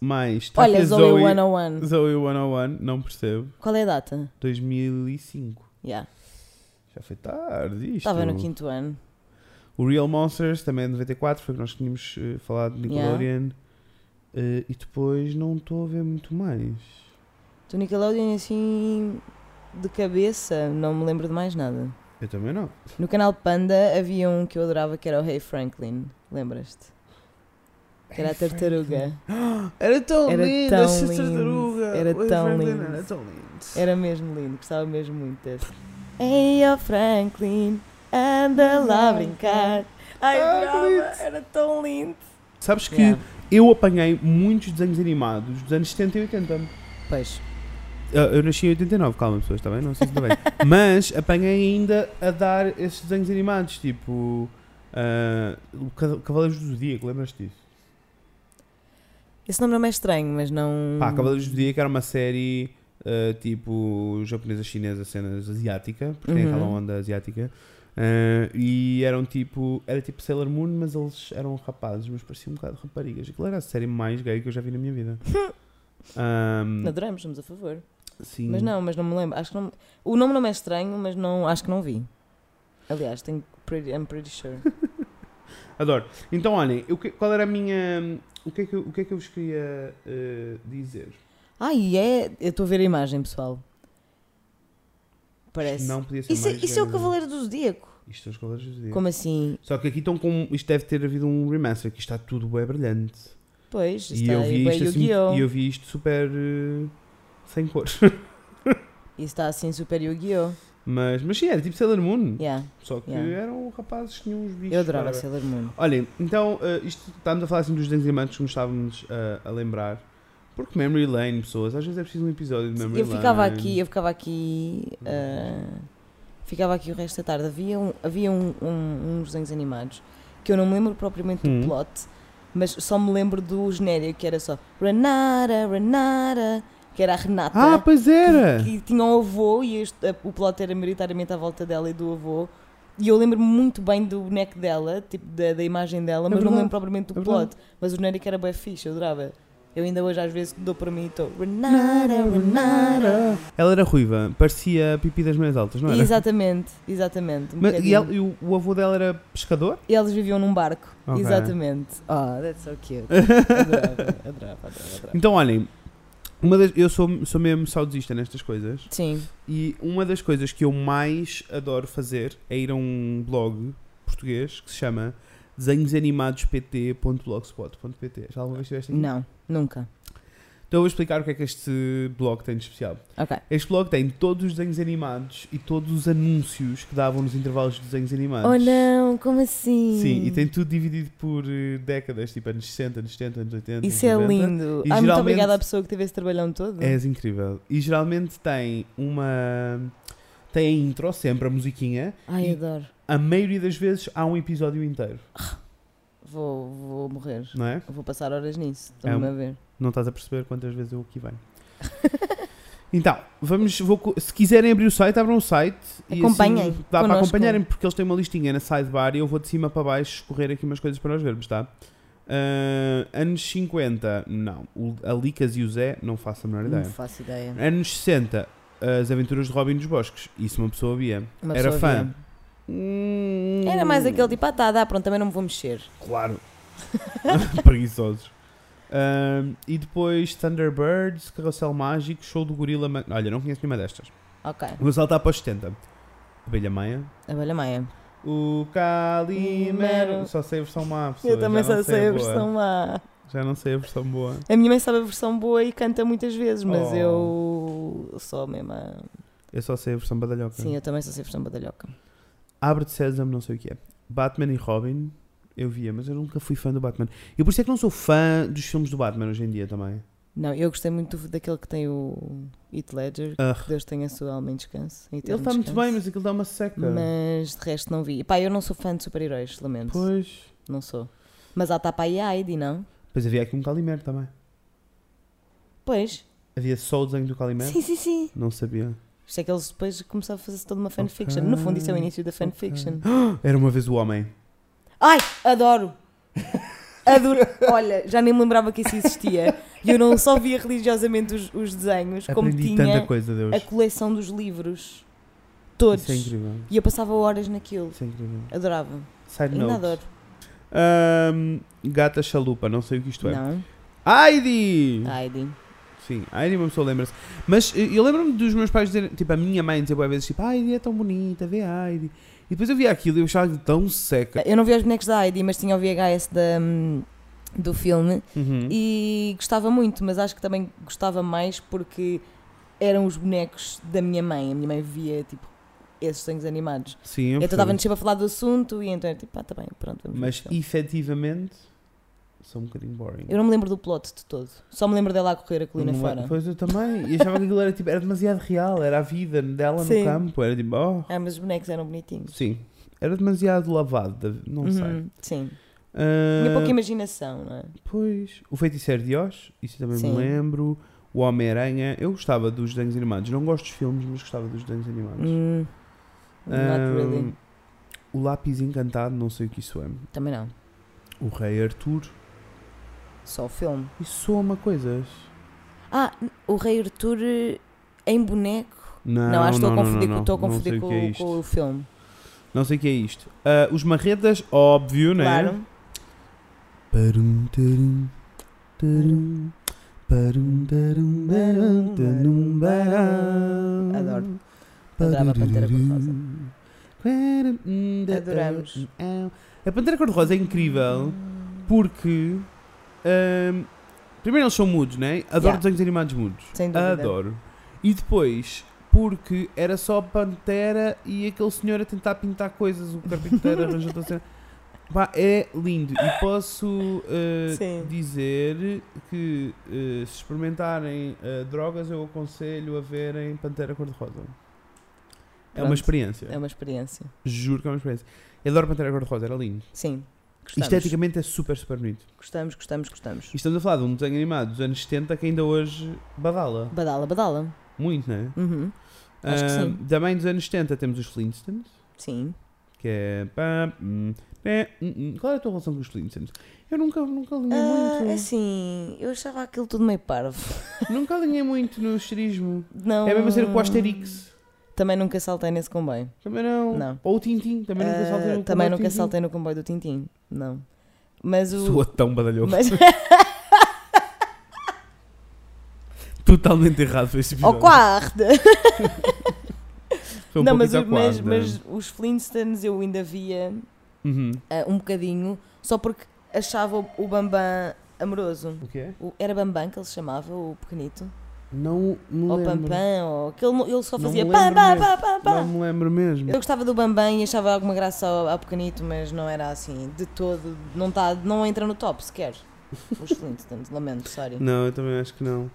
C: mais. tá aqui
D: Olha,
C: a
D: Zoe 101.
C: Zoe 101, não percebo.
D: Qual é a data?
C: 2005.
D: Yeah.
C: Já foi tarde isto. é um
D: Estava no quinto ano.
C: O Real Monsters também é de 94, foi o que nós tínhamos eh, falado de
D: Yeah.
C: Nickelodeon. Eh, e depois não estou a ver muito mais.
D: Do Nickelodeon, assim, de cabeça, não me lembro de mais nada.
C: Eu também não.
D: No canal Panda havia um que eu adorava que era o Hey Franklin. Lembras-te? Que era a tartaruga.
C: Era tão
D: Era
C: lindo,
D: tão
C: essa
D: lindo,
C: tartaruga.
D: era
C: O
D: tão
C: Franklin
D: lindo.
C: Era tão lindo.
D: Era mesmo lindo, gostava mesmo muito desse. Ei, oh Franklin, anda lá a brincar. Ai,
C: Ah,
D: adorava,
C: lindo.
D: era tão lindo.
C: Sabes que
D: Yeah.
C: eu apanhei muitos desenhos animados dos anos 70 e 80.
D: Pois,
C: Ah, Eu nasci em 89, calma pessoas, está bem? Não sei se está
D: [LAUGHS]
C: bem. Mas apanhei ainda a dar esses desenhos animados, tipo. ah, o Ca- Cavaleiros do Zodíaco, lembras-te disso?
D: esse nome não é estranho, mas não.
C: Pá, Cavaleiros do Zodíaco era uma série ah, tipo japonesa, chinesa, cenas asiática, porque tem
D: Uhum.
C: aquela onda asiática. Ah, e eram tipo. Era tipo Sailor Moon, mas eles eram rapazes, mas pareciam um bocado raparigas. Aquilo era a série mais gay que eu já vi na minha
D: [LAUGHS]
C: vida. Ahm,
D: Adoramos, estamos a favor.
C: sim.
D: Mas não, mas não me lembro. Acho que não... O nome não é estranho, mas não... acho que não vi. Aliás, tenho. Pretty... I'm pretty sure.
C: Adoro. Então, olhem, o que- qual era a minha. O que é que eu, o que é que eu vos queria eh, dizer?
D: [LAUGHS] Ai, é. Eu estou a ver a imagem, pessoal. Parece.
C: Não podia ser
D: Isso, é-
C: mais
D: isso é o
C: grande.
D: Cavaleiro do Zodíaco.
C: Isto são os Cavaleiros do Zodíaco.
D: Como assim?
C: Só que aqui estão com. Isto deve ter havido um remaster, que isto está tudo bem brilhante.
D: Pois,
C: e
D: está
C: eu
D: aí
C: vi
D: bem
C: isto assim,
D: Yu-Gi-Oh!
C: e eu vi isto super. eh, sem cores. [LAUGHS]
D: E está assim super Yu-Gi-Oh!
C: mas, mas sim, era tipo Sailor Moon.
D: Yeah,
C: Só que
D: Yeah.
C: eram rapazes que tinham uns bichos.
D: eu adorava
C: para-
D: Sailor Moon.
C: Olhem, então, eh, isto, estávamos a falar assim dos desenhos animados que nos estávamos eh, a lembrar. Porque Memory Lane, pessoas, às vezes é preciso um episódio de Memory
D: Eu ficava
C: Lane.
D: aqui, eu ficava aqui. ah, ficava aqui o resto da tarde. Havia, um, havia um- um- uns desenhos animados que eu não me lembro propriamente do
C: Hum.
D: plot, mas só me lembro do genérico que era só Renata, Renata, que era a Renata.
C: Ah, pois era!
D: Tá. que tinha um avô e este- a- o plot era maioritariamente à volta dela e do avô. E eu lembro-me muito bem do boneco dela, tipo da, da imagem dela, mas não
C: verdade,
D: lembro propriamente do
C: é
D: plot.
C: verdade.
D: Mas o genérico era bem fixe, eu adorava. Eu ainda hoje às vezes dou para mim e estou Renata, Renata.
C: Ela era ruiva, parecia a pipi das meias altas, não era?
D: Exatamente, exatamente. um
C: Mas- e
D: bocadinho.
C: ela- e o, o avô dela era
D: [LAUGHS]
C: pescador?
D: E eles viviam num barco,
C: Ok.
D: exatamente. Oh, that's so
C: [LAUGHS]
D: cute. Adorava, adorava, adorava. adorava.
C: Então, olhem, uma das, eu sou, sou mesmo saudosista nestas coisas.
D: Sim,
C: E uma das coisas que eu mais adoro fazer é ir a um blog português que se chama desenhosanimadospt.blogspot.pt. Já alguma vez estiveste aqui?
D: não, nunca.
C: Então eu vou explicar o que é que este blog tem de especial.
D: Ok.
C: Este blog tem todos os desenhos animados e todos os anúncios que davam nos intervalos dos desenhos animados.
D: Oh não, como assim?
C: Sim, e tem tudo dividido por eh, décadas, tipo anos 60, anos 70, anos 80.
D: Isso é
C: anos 90. E
D: lindo. Ai, muito
C: geralmente-
D: obrigada à pessoa que teve esse trabalhão todo.
C: É incrível. E geralmente tem uma. Tem a intro, sempre a musiquinha.
D: Ai,
C: e-
D: adoro.
C: A maioria das vezes há um episódio inteiro,
D: Vou, vou morrer.
C: não é?
D: Vou passar horas nisso. Estou-me
C: É
D: a ver.
C: Não estás a perceber quantas vezes eu aqui venho. [LAUGHS] Então, vamos, vou co- se quiserem abrir o site, abram o site. e
D: Acompanhem
C: assim dá para
D: connosco.
C: acompanharem, porque eles têm uma listinha na sidebar e eu vou de cima para baixo escorrer aqui umas coisas para nós vermos, tá? Ah, anos 50, não. O- a Licas e o Zé, não faço a menor
D: Não
C: ideia.
D: faço ideia.
C: Anos 60, As Aventuras de Robin dos Bosques. Isso uma pessoa via.
D: Uma
C: Era
D: pessoa
C: fã.
D: via. Era mais aquele tipo, ah tá, dá, pronto, também não me vou mexer.
C: Claro. [LAUGHS] Preguiçosos. Ahm, e depois Thunderbirds, Carrossel Mágico, Show do Gorila. Ma- Olha, não conheço nenhuma destas.
D: Ok.
C: Vou saltar para os 70. Abelha Maia.
D: Abelha Maia.
C: O Calimero. Só sei a versão má. pessoa,
D: Eu também
C: já não
D: só sei a
C: boa.
D: versão má.
C: Já não sei a versão boa.
D: A minha mãe sabe a versão boa e canta muitas vezes, mas
C: Oh.
D: eu sou mesmo. a-
C: Eu só sei a versão badalhoca.
D: Sim, eu também só sei a versão badalhoca.
C: Abre de Sésamo, não sei o que é. Batman e Robin, eu via, mas eu nunca fui fã do Batman. E por isso é que não sou fã dos filmes do Batman hoje em dia também.
D: Não, eu gostei muito daquele que tem o Heath Ledger.
C: Ah,
D: Que Deus tenha a sua alma em descanso. em
C: ele
D: eterno
C: está muito
D: descanso.
C: bem, mas aquilo dá uma seca.
D: tá Mas de resto não vi. Pá, eu não sou fã de super-heróis, lamento.
C: Pois.
D: Não sou. Mas há tapa aí a Heidi, não?
C: Pois havia aqui um Calimero também.
D: Pois.
C: Havia só o desenho do Calimero?
D: Sim, sim, sim.
C: Não sabia.
D: Isto é que eles depois começaram a fazer toda uma fanfiction.
C: Ok,
D: No fundo, isso é o início da fanfiction.
C: Ah, Era uma vez o homem.
D: Ai, adoro!
C: [LAUGHS]
D: Adoro. Olha, já nem me lembrava que isso existia. E eu não só via religiosamente os, os desenhos, como
C: Aprendi
D: tinha
C: tanta coisa, Deus.
D: a coleção dos livros. Todos.
C: Isso é incrível.
D: E eu passava horas naquilo.
C: Isso é incrível.
D: Adorava.
C: Side
D: Ainda
C: note.
D: adoro.
C: Ahm, gata chalupa, não sei o que isto é.
D: Não. Ah.
C: Heidi!
D: Heidi.
C: Sim, a Heidi uma pessoa lembra-se. Mas eh, eu lembro-me dos meus pais dizerem, tipo, a minha mãe dizia boas vezes, tipo, a Heidi é tão bonita, vê a Heidi. E depois eu via aquilo e eu achava tão seca.
D: Eh, Eu não via os bonecos da Heidi, mas tinha o VHS da, hum, do filme
C: Uhum.
D: É, e gostava muito, mas acho que também gostava mais porque eram os bonecos da minha mãe. A minha mãe via tipo esses desenhos animados. Então,
C: Sim, eu
D: Eu
C: percebo.
D: estava no para falar do assunto e então era tipo, ah, tá bem, pronto, vamos ver
C: Mas
D: o filme.
C: efetivamente, são um bocadinho boring.
D: Eu não me lembro do plot de todo. Só me lembro dela a correr a colina
C: Não é-
D: fora.
C: Pois eu também. E achava que aquilo era, tipo, era demasiado real, era a vida dela
D: Sim.
C: no campo, era tipo, oh.
D: Ah, mas os bonecos eram bonitinhos.
C: Sim, era demasiado lavado, da- não sei.
D: Uhum, Sim.
C: Ah,
D: Tinha pouca imaginação, não é?
C: Pois. O Feiticeiro de Oz, isso também
D: Sim.
C: me lembro. O Homem-Aranha. Eu gostava dos desenhos animados. Não gosto dos filmes, mas gostava dos desenhos animados.
D: Hum,
C: Ahm,
D: not really.
C: O Lápis Encantado, não sei o que isso é.
D: Também não.
C: O Rei Arthur.
D: Só o filme.
C: Isso soma coisas.
D: Ah, o Rei Arthur eh, em boneco.
C: Não,
D: não, acho que estou a
C: não,
D: confundir,
C: não,
D: com- estou a
C: não sei
D: confundir
C: o
D: com,
C: que é
D: o-
C: isto.
D: com o filme.
C: Não sei o que é isto. Ah, os Marretas, óbvio, né?
D: Claro.
C: Parum, tarum, tarum, parum, tarum, tarum, tarum, tarum.
D: Adoro. Adorava a Pantera Cor-de-Rosa.
C: hum,
D: Adoramos.
C: A Pantera Cor-de-Rosa é incrível
D: Hum,
C: porque. ahm, primeiro, eles são mudos, né? Adoro
D: Yeah.
C: desenhos animados mudos.
D: Sem dúvida.
C: Adoro. E depois, porque era só a Pantera e aquele senhor a tentar pintar coisas, o
D: [LAUGHS]
C: carpinteiro arranjou toda a cena. Pá, é lindo. E posso uh,
D: Sim.
C: dizer que uh, se experimentarem uh, drogas, eu aconselho a verem Pantera Cor-de-Rosa. É
D: Pronto.
C: uma experiência.
D: É uma experiência.
C: Juro que é uma experiência. Eu adoro Pantera Cor-de-Rosa, era lindo.
D: Sim. Gostamos.
C: Esteticamente é super, super bonito.
D: Gostamos, gostamos, gostamos.
C: E estamos a falar de um desenho animado dos anos 70 que ainda hoje badala.
D: Badala, badala.
C: Muito, não é?
D: Uhum. Acho que
C: Ah,
D: sim.
C: Também dos anos 70 temos os Flintstones,
D: Sim.
C: que é. pá, hum, né, hum, hum. Qual é a tua relação com os Flintstones? Eu nunca, nunca alinhei
D: Ah,
C: É muito.
D: assim, eu achava aquilo tudo meio parvo.
C: Nunca alinhei muito no esterismo.
D: Não...
C: É a mesma cena
D: Ah.
C: com o Asterix.
D: Também nunca saltei nesse comboio.
C: Também não.
D: Não.
C: Ou o Tintim, também nunca
D: Ah,
C: saltei no
D: também
C: comboio
D: nunca
C: Tintim.
D: saltei no comboio do Tintim. Não. Mas o.
C: Soa tão badalhoco.
D: Mas...
C: [LAUGHS] Totalmente errado foi esse
D: Ao
C: episódio.
D: quarto!
C: Foi um
D: não, mas, o-
C: pouquinho ao
D: mas,
C: quarto.
D: mas os Flintstones eu ainda via
C: Uhum.
D: ah, um bocadinho, só porque achava o- o Bambam amoroso.
C: O que é?
D: O- era Bambam que ele se chamava, o pequenito?
C: Não me
D: ou
C: lembro.
D: Pampam, ou aquele, mo- ele só
C: Não
D: fazia
C: me
D: pam,
C: lembro
D: pam, pam,
C: mesmo.
D: pam,
C: Não
D: pam.
C: me lembro mesmo.
D: Eu gostava do Bambam e achava alguma graça ao, ao pequenito, mas não era assim de todo, não, tá, não entra no top sequer. Os Flintstones, lamento, sorry.
C: Não, eu também acho que não.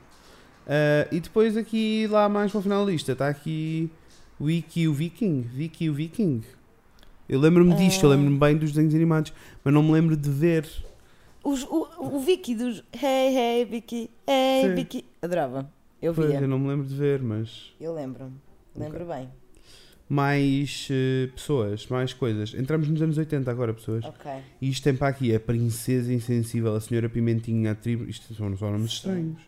C: Ah, e depois aqui, lá mais para o final da lista, está aqui o Iki o Viking. Vicky o Viking. Eu lembro-me disto, eu
D: Ah.
C: lembro-me bem dos desenhos animados, mas não me lembro de ver.
D: Os- o, o Vicky dos Hey, hey, Vicky, hey,
C: Sim.
D: Vicky. Adorava, eu
C: Pois, é.
D: via,
C: eu não me lembro de ver, mas...
D: eu lembro, lembro bem.
C: mais eh, pessoas, mais coisas. Entramos nos anos 80 agora, pessoas.
D: Ok.
C: E isto tem para aqui a Princesa Insensível, a Senhora Pimentinha, a tribo. Isto são, são nomes estranhos.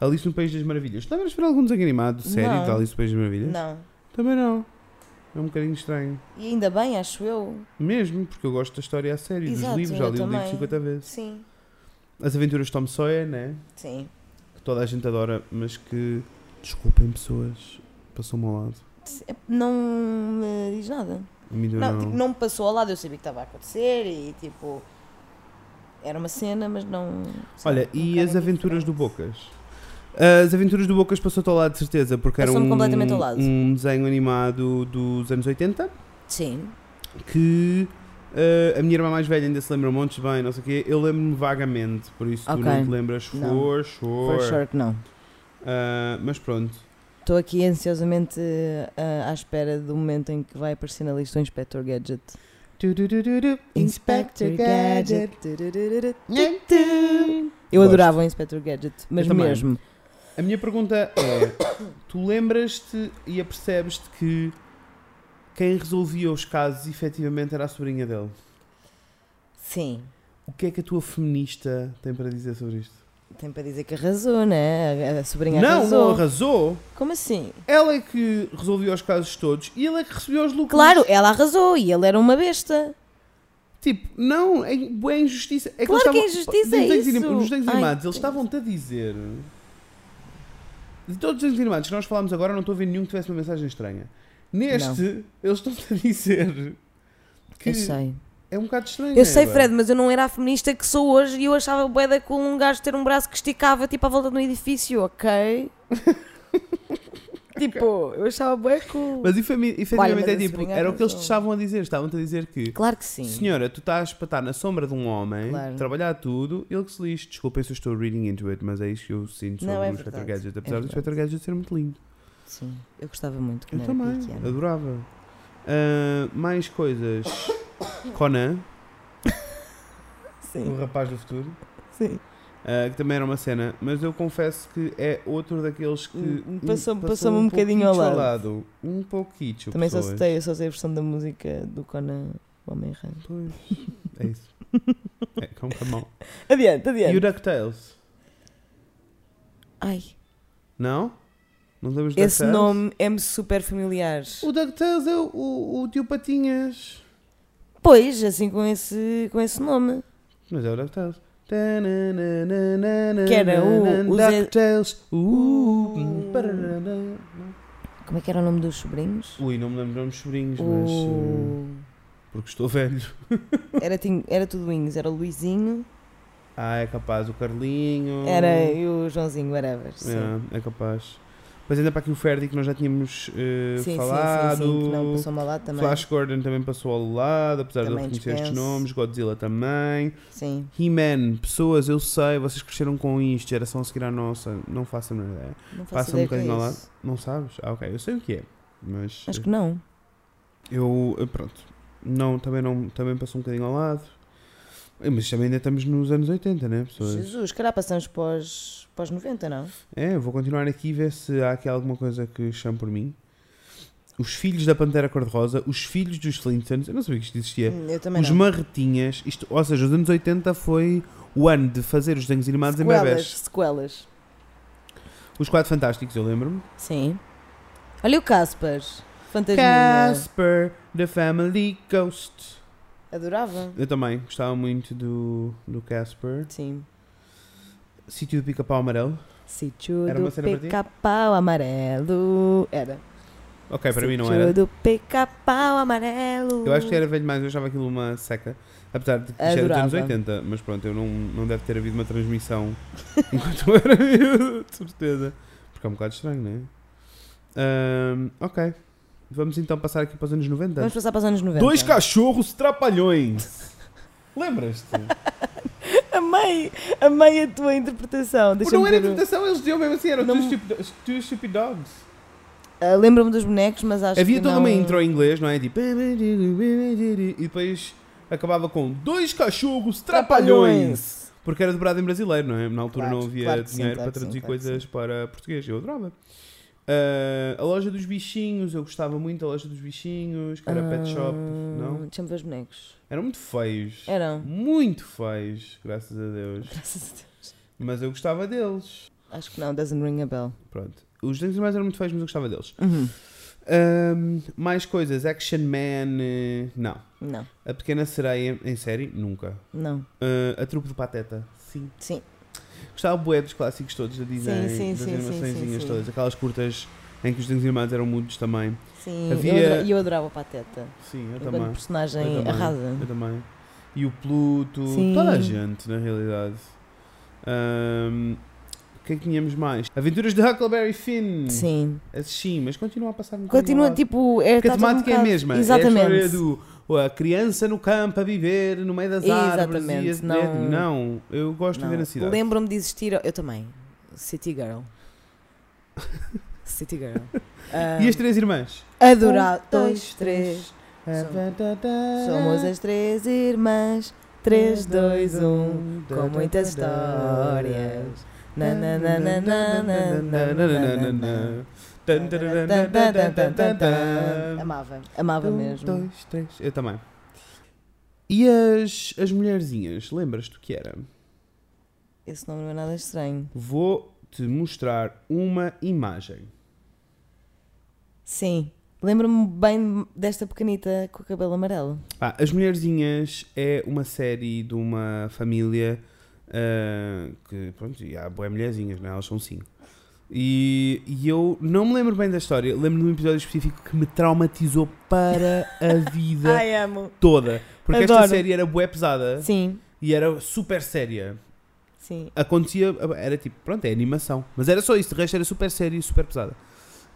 C: Alice no País das Maravilhas. Lembras de ver algum desenho animado, série
D: Não.
C: de Alice no País das Maravilhas?
D: Não.
C: Também não. É um bocadinho estranho.
D: E ainda bem, acho eu. porque
C: Porque eu gosto da história a sério,
D: Exato,
C: dos livros,
D: eu
C: já li o livro
D: também.
C: 50 vezes.
D: Sim.
C: As Aventuras de Tom Sawyer, né?
D: Sim.
C: Que toda a gente adora, mas que. Desculpem, pessoas. Passou-me ao lado.
D: Não me diz nada.
C: A mim também
D: Não,
C: não.
D: tipo, não me passou ao lado, eu sabia que estava a acontecer e tipo. Era uma cena, mas não. sei lá,
C: Olha,
D: um
C: e
D: bocado
C: as Aventuras
D: indiferente.
C: do Bocas? As Aventuras do Bocas passou-te ao lado, de certeza, porque era
D: Passou-me
C: um,
D: completamente ao lado.
C: um desenho animado dos anos 80
D: Sim.
C: que eh, a minha irmã mais velha ainda se lembra montes bem, não sei o quê. Eu lembro-me vagamente, por isso
D: Ok.
C: tu não te lembras.
D: Não.
C: For, sure.
D: For sure que não.
C: Ah, mas pronto.
D: Estou aqui ansiosamente ah, à espera do momento em que vai aparecer na lista o Inspector Gadget. Eu
C: Gosto.
D: adorava o Inspector Gadget, mas
C: Eu também.
D: mesmo.
C: A minha pergunta é: tu lembras-te e apercebes-te que quem resolvia os casos efetivamente era a sobrinha dele?
D: Sim.
C: O que é que a tua feminista tem para dizer sobre isto?
D: Tem para dizer que arrasou, né? A- A sobrinha
C: não,
D: arrasou.
C: não arrasou.
D: Como assim?
C: Ela é que resolvia os casos todos e ele é que recebeu os lucros.
D: Claro, ela arrasou e ele era uma besta.
C: Tipo, não, é, é injustiça. É
D: Claro
C: eles
D: que é
C: estavam-
D: injustiça,
C: nos
D: é
C: desenhos anim-
D: isso.
C: Nos desenhos
D: Ai,
C: animados, eles
D: Deus.
C: estavam-te a dizer. De todos os desenhos animados que nós falámos agora, não estou a ver nenhum que tivesse uma mensagem estranha. Neste, eles estão-te a dizer que
D: Eu sei.
C: é um bocado estranho.
D: Eu sei,
C: Eva.
D: Fred, mas eu não era a feminista que sou hoje e eu achava boeda com um gajo ter um braço que esticava tipo à volta de um edifício, ok? tipo, eu achava boeda cool.
C: Mas efemi-
D: Olha,
C: efetivamente
D: mas
C: é
D: a
C: tipo,
D: sobrinha
C: era o que eles te
D: arrasou.
C: estavam a dizer. Estavam-te a dizer que
D: Claro que sim.
C: Senhora, tu estás para estar na sombra de um homem,
D: Claro.
C: trabalhar tudo, ele que se lixe. Desculpem se eu estou reading into it, mas é isto que eu sinto sobre
D: Não, é
C: o Inspector
D: verdade.
C: Gadget.
D: É
C: Apesar do
D: verdade.
C: Inspector Gadget ser muito lindo.
D: Sim, eu gostava muito.
C: Eu
D: quando era
C: também,
D: pequena.
C: adorava. Ah, mais coisas. Conan, o
D: Sim,
C: rapaz do futuro,
D: sim.
C: ah, que também era uma cena, mas eu confesso que é outro daqueles que.
D: Hum,
C: hum,
D: passou-
C: passou
D: passou-me um bocadinho
C: pouquito
D: ao
C: lado. Um pouquinho.
D: Também só
C: pessoas.
D: sei, eu só sei a versão da música do Conan o Homem Errante.
C: Pois, é
D: [LAUGHS]
C: isso. É, come, come on.
D: Adiante,
C: E o
D: adiante.
C: DuckTales?
D: Ai,
C: Não? Não lembras do
D: esse
C: DuckTales?
D: nome é-me super familiar.
C: O DuckTales é o, o, o tio Patinhas.
D: Pois, assim com esse, com esse nome.
C: Mas é o DuckTales.
D: Que era o- o Zé-
C: DuckTales.
D: Uh.
C: Uh, pararana.
D: Como é que era o nome dos sobrinhos?
C: Ui, não me lembro nomes sobrinhos, mas. eh,
D: O...
C: Porque estou velho. eh,
D: Era, tin- era tudo Wings, era o Luizinho,
C: Ah, é capaz. O Carlinho.
D: era e o Joãozinho, whatever. Sim.
C: Ah. É, é capaz. Mas ainda para aqui o Ferdi que nós já tínhamos eh,
D: Sim, sim,
C: falado.
D: sim, sim, que não passou mal lá também.
C: Flash Gordon também passou ao lado, apesar de eu
D: Também
C: reconhecer estes
D: dispenso.
C: nomes. Godzilla também.
D: Sim.
C: He-Man, pessoas, eu sei, vocês cresceram com isto, geração a seguir à nossa, não faço a menor ideia.
D: Não faço
C: Passa um
D: ideia que é
C: bocadinho ao lado.
D: isso.
C: Não sabes? Ah, ok, eu sei o que é, mas
D: Acho que não.
C: eu, eh, pronto, não, também, não, também passou um bocadinho ao lado. Eh, Mas também ainda estamos nos anos 80, né, pessoas?
D: Jesus, cará, passamos pós, pós 90, não?
C: É, eu vou continuar aqui e ver se há aqui alguma coisa que chame por mim. Os filhos da Pantera Cor-de-Rosa, os filhos dos Flintstones, eu não sabia que isto existia.
D: Hum, Eu também
C: os
D: não.
C: marretinhas, isto, ou seja, os anos 80 foi o ano de fazer os desenhos animados em
D: sequelas,
C: bebés.
D: sequelas.
C: Os quatro fantásticos, eu lembro-me.
D: Sim. Olha o Casper. Fantasminha.
C: Casper, The Family Ghost.
D: Adorava.
C: Eu também gostava muito do, do Casper.
D: Sim.
C: Sítio do Pica-Pau Amarelo.
D: Sítio
C: Era uma
D: do
C: cena para ti?
D: pica-pau amarelo. Era.
C: Ok, para mim não
D: Sítio
C: era.
D: do pica-pau amarelo.
C: Eu acho que era velho mais, eu achava aquilo uma seca. Apesar de que isto era dos anos
D: Adorava.
C: 80, mas pronto, eu não, não deve ter havido uma transmissão [LAUGHS] enquanto eu era miúdo, de certeza. Porque é um bocado estranho, não é? Ahm, ok. Vamos então passar aqui para os anos 90.
D: Vamos passar para os anos 90.
C: Dois cachorros trapalhões.
D: [LAUGHS]
C: Lembras-te?
D: Amei, amei a tua interpretação.
C: Porque não
D: Deixa-me
C: era
D: ver. o-
C: interpretação, eles diziam mesmo assim, eram
D: Não-
C: two, stupid, two stupid dogs.
D: Ah, Lembro-me dos bonecos, mas acho
C: Havia
D: que
C: toda
D: não...
C: uma intro em inglês, não é? Tipo... E depois acabava com dois cachorros trapalhões. Porque era dobrado em brasileiro, não é? Na altura
D: Claro,
C: não havia
D: claro que sim,
C: dinheiro para
D: claro que sim,
C: traduzir
D: claro que
C: coisas para português. Eu adorava. Ah, a loja dos bichinhos, eu gostava muito da loja dos bichinhos, que era pet shop, não?
D: Ah, Deixa-me ver os bonecos.
C: Eram muito feios.
D: Eram. [LAUGHS]
C: Muito feios, graças a Deus.
D: Graças a Deus.
C: Mas eu gostava deles.
D: Acho que não, doesn't ring a bell.
C: Pronto. Os desenhos animais eram muito feios, mas eu gostava deles.
D: Uhum.
C: Ahm, mais coisas, Action Man, eh, não.
D: Não,
C: A Pequena Sereia, em série, nunca.
D: não.
C: Ah, a Trupe do Pateta, sim.
D: Sim.
C: Gostava bué dos clássicos todos da Disney,
D: Sim, sim,
C: das
D: sim, sim, sim,
C: animações
D: sim.
C: todas, aquelas curtas em que os desenhos animados eram mudos também.
D: Sim,
C: Havia-
D: eu, adora- eu adorava o Pateta.
C: Sim, eu
D: Enquanto
C: também.
D: personagem
C: Eu também.
D: arrasa.
C: Eu também. E o Pluto,
D: Sim.
C: toda a gente, na realidade. Ahm, o que é que tínhamos mais? Aventuras de Huckleberry Finn.
D: Sim.
C: Assisti, mas continua a passar um no
D: Continua,
C: canal.
D: tipo, é
C: Porque a
D: tá tudo um
C: temática é a
D: bocado-
C: mesma.
D: Exatamente.
C: É a história do ou a criança no campo a viver no meio das árvores.
D: Exatamente,
C: e esse
D: não-
C: medo. não, eu gosto de
D: Não,
C: ver na cidade.
D: Lembro-me de existir. Eu também. City
C: [LAUGHS]
D: Girl. City Girl. Ah,
C: E as três irmãs?
D: Adorar.
C: Um,
D: dois, três.
C: Ah, tá, tá, tá.
D: Somos as três irmãs. Três, dois, um.
C: Tá, tá,
D: Com muitas
C: tá, tá.
D: histórias. Na, na, na, na, na, na, na, na, na, na.
C: Tan, tan, tan, tan, tan, tan, tan, tan.
D: Amava, amava
C: Um,
D: É mesmo.
C: dois, três. Eu também. E as, as mulherzinhas, lembras-te o que era?
D: Esse nome não é nada estranho.
C: Vou-te mostrar uma imagem.
D: Sim, lembro-me bem desta pequenita com o cabelo amarelo.
C: Pá, as Mulherzinhas é uma série de uma família ah, que, pronto, e há boé mulherzinhas, não é? Elas são cinco. E, e eu não me lembro bem da história, lembro-me de um episódio específico que me traumatizou para a
D: [LAUGHS]
C: vida
D: amo.
C: toda. Porque esta
D: Adoro.
C: série era boé pesada
D: Sim,
C: e era super séria.
D: sim.
C: Acontecia, era tipo, pronto, é animação. Mas era só isso, de resto era super séria e super pesada.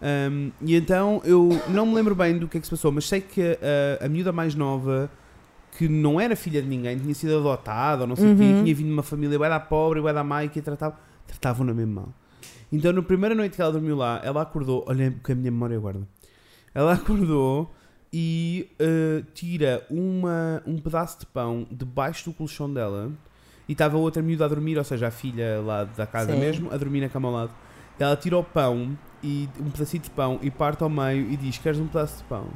C: Ahm, e então eu não me lembro bem do que é que se passou, mas sei que a, a miúda mais nova, que não era filha de ninguém, tinha sido adotada, ou não sei o quê,
D: Uhum.
C: tinha vindo de uma família vai da pobre, vai da má e que a tratava, tratavam-na mesmo mal. Então na primeira noite que ela dormiu lá, ela acordou, olha o que a minha memória guarda. Ela [LAUGHS] acordou e ah, tira uma, um pedaço de pão debaixo do colchão dela e estava outra miúda a dormir, ou seja, a filha lá da casa
D: Sim.
C: mesmo, a dormir na cama ao lado. Ela tira o pão, e um pedacinho de pão, e parte ao meio e diz: Queres um pedaço de pão?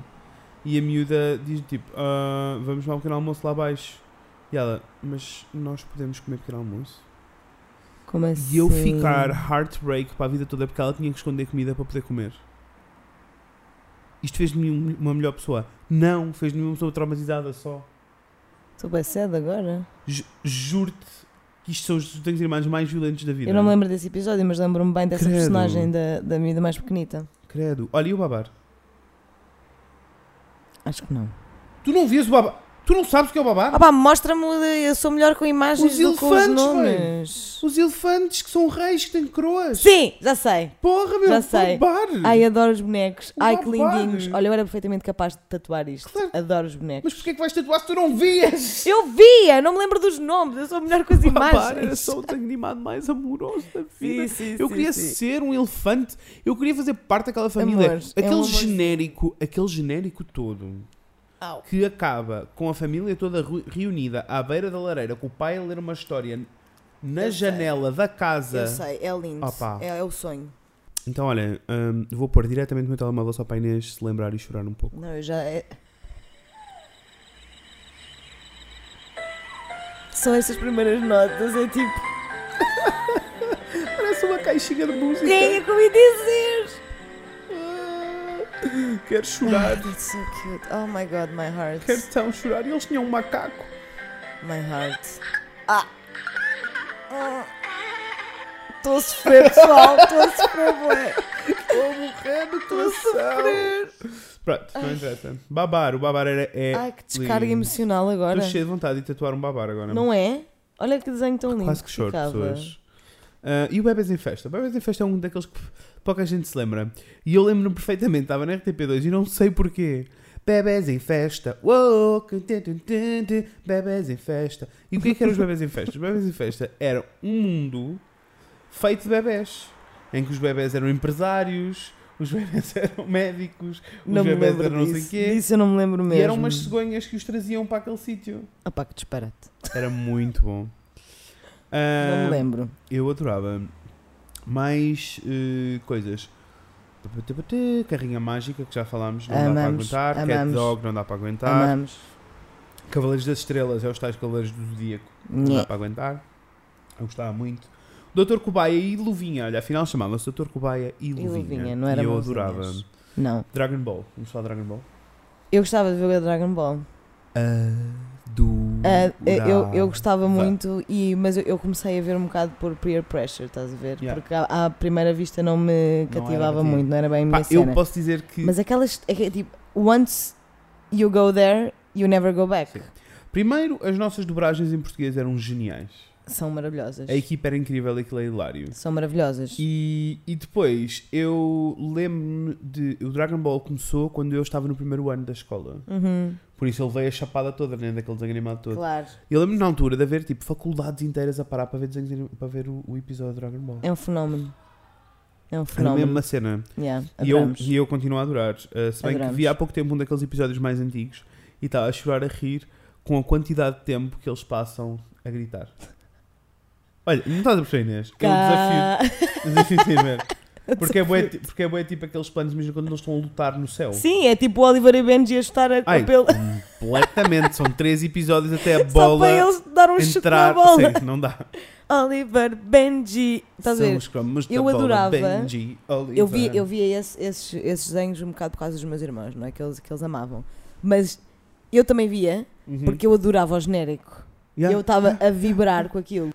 C: E a miúda diz tipo: "Ah, Vamos lá um pequeno almoço lá abaixo. E ela: Mas nós podemos comer pequeno almoço?
D: Como assim?
C: E eu ficar heartbreak para a vida toda porque ela tinha que esconder comida para poder comer. Isto fez-me um- uma melhor pessoa. Não, fez-me uma pessoa traumatizada só.
D: Estou bem cedo agora.
C: Ju- Juro-te que isto são os desenhos irmãos mais violentos da vida.
D: Eu não me lembro desse episódio, mas lembro-me bem dessa
C: Credo.
D: personagem da, da miúda mais pequenita.
C: Credo. Olha, e o babar?
D: Acho que não.
C: Tu não vias o babar? Tu não sabes o que é o babar?
D: Ah pá, mostra-me, eu sou melhor com imagens
C: Os
D: do que com os
C: elefantes,
D: nomes.
C: Os elefantes que são reis que têm coroas.
D: Sim, já sei.
C: Porra, meu.
D: Já sei.
C: babar.
D: Ai, adoro os bonecos. Ai, que
C: Babar.
D: lindinhos. Olha, eu era perfeitamente capaz de tatuar isto.
C: Claro.
D: Adoro os bonecos.
C: Mas porquê é que vais tatuar se tu não vias?
D: Eu via, não me lembro dos nomes, eu sou melhor com as
C: Babar
D: imagens.
C: era só o desenho animado mais amoroso da vida.
D: Sim, sim,
C: eu
D: sim,
C: queria
D: sim.
C: ser um elefante. Eu queria fazer parte daquela família.
D: Amores, é
C: aquele
D: um amor.
C: genérico, aquele genérico todo. Que acaba com a família toda ru- reunida à beira da lareira, com o pai a ler uma história na
D: Eu sei.
C: janela da casa.
D: Eu sei, é lindo.
C: Opa.
D: É, é o sonho.
C: Então, olha, hum, vou pôr diretamente no meu telemóvel só para a Inês se lembrar e chorar um pouco.
D: Não, eu já. É... Só estas primeiras notas, é tipo.
C: Parece uma caixinha de música.
D: Quem é que eu ia dizer?
C: Ah, Quero chorar.
D: That's so cute. Oh my god, my heart.
C: Quero tão chorar. E eles tinham um macaco.
D: My heart. Ah! Estou a sofrer, pessoal. Estou a sofrer, bué.
C: Estou a morrer do coração. Pronto, não interessa. Babar, o babar era. É
D: Ai, que descarga
C: lindo.
D: emocional agora.
C: Estou cheio de vontade de tatuar um babar agora.
D: Não é? Olha que desenho tão lindo.
C: Quase que choro,
D: ficava.
C: pessoas. Ah, e o Bebês em Festa? O Bebês em Festa é um daqueles que pouca gente se lembra. E eu lembro-me perfeitamente, estava na RTP2 e não sei porquê. Bebês em Festa, uou, que tê, tê, tê, tê, bebês em Festa. E o que é que eram os Bebês em Festa? Os Bebês em Festa eram um mundo feito de bebés, em que os bebés eram empresários, os bebés [LAUGHS] eram médicos, os
D: Não me
C: bebés
D: lembro
C: eram não
D: disso.
C: sei quê.
D: Disso eu não me lembro mesmo.
C: E eram umas cegonhas que os traziam para aquele sítio.
D: Ah pá, que disparate.
C: Era muito bom.
D: não
C: Ah,
D: me lembro.
C: eu adorava mais eh, coisas. Carrinha Mágica, que já falámos, não dá para
D: Amamos,
C: aguentar. Cat
D: amamos.
C: Dog, não dá para aguentar.
D: Amamos.
C: Cavaleiros das Estrelas, é os tais Cavaleiros do Zodíaco, não dá
D: Nhé.
C: para aguentar. Eu gostava muito. Doutor Cobaia e Luvinha, olha, afinal chamava-se Doutor Cobaia e Luvinha.
D: Luvinha, não era
C: E eu
D: mãozinhas.
C: adorava.
D: Não.
C: Dragon Ball, vamos falar de Dragon Ball?
D: Eu gostava de ver o Dragon Ball.
C: do.
D: Ah, eu, eu gostava muito, e, mas eu, eu comecei a ver um bocado por peer pressure, estás a ver?
C: Yeah.
D: Porque à, à primeira vista não
C: Não
D: me
C: era
D: cativava
C: bem.
D: muito, não era bem a minha
C: Pá,
D: cena.
C: eu posso dizer que.
D: Mas aquelas. É, que, tipo, once you go there, you never go back.
C: Sim. Primeiro, as nossas dobragens em português eram geniais.
D: São maravilhosas.
C: A equipa era incrível e aquilo é hilário.
D: São maravilhosas.
C: E, e depois, eu lembro-me de. O Dragon Ball começou quando eu estava no primeiro ano da escola.
D: Uhum,
C: Por isso, ele veio a chapada toda, né? Daquele desenho animado todo.
D: Claro.
C: Eu lembro-me na altura de haver tipo faculdades inteiras a parar para ver, desenhos anim- para ver o, o episódio de Dragon Ball.
D: É um fenómeno. É um
C: Era mesmo
D: fenómeno.
C: uma cena.
D: Yeah,
C: E eu,
D: adoramos.
C: e eu continuo a adorar. Uh, se bem que
D: Adoramos.
C: vi há pouco tempo um daqueles episódios mais antigos e estava a chorar a rir com a quantidade de tempo que eles passam a gritar. Olha, não estás a perceber, Inês? É um
D: Cá-
C: desafio. desafio de ir
D: [LAUGHS]
C: ver. Porque é, bué, ti- porque é bué tipo aqueles planos mesmo quando eles estão a lutar no céu.
D: [LAUGHS] Sim, é tipo o Oliver e Benji a estar a, a
C: Ai,
D: pela-
C: completamente. São três episódios até a
D: [LAUGHS] Só
C: bola
D: para eles dar um chute na
C: entrar.
D: bola.
C: Sim, não dá.
D: Oliver, Benji. [LAUGHS] Estás a
C: São
D: ver?
C: os cromos da
D: Eu
C: bola,
D: adorava.
C: Benji, Oliver.
D: Eu, vi, eu via esse- esses, esses desenhos um bocado por causa dos meus irmãos, não é? Que eles, que eles amavam. Mas eu também via,
C: Uhum.
D: porque eu adorava o genérico.
C: Yeah.
D: Eu estava a vibrar com aquilo.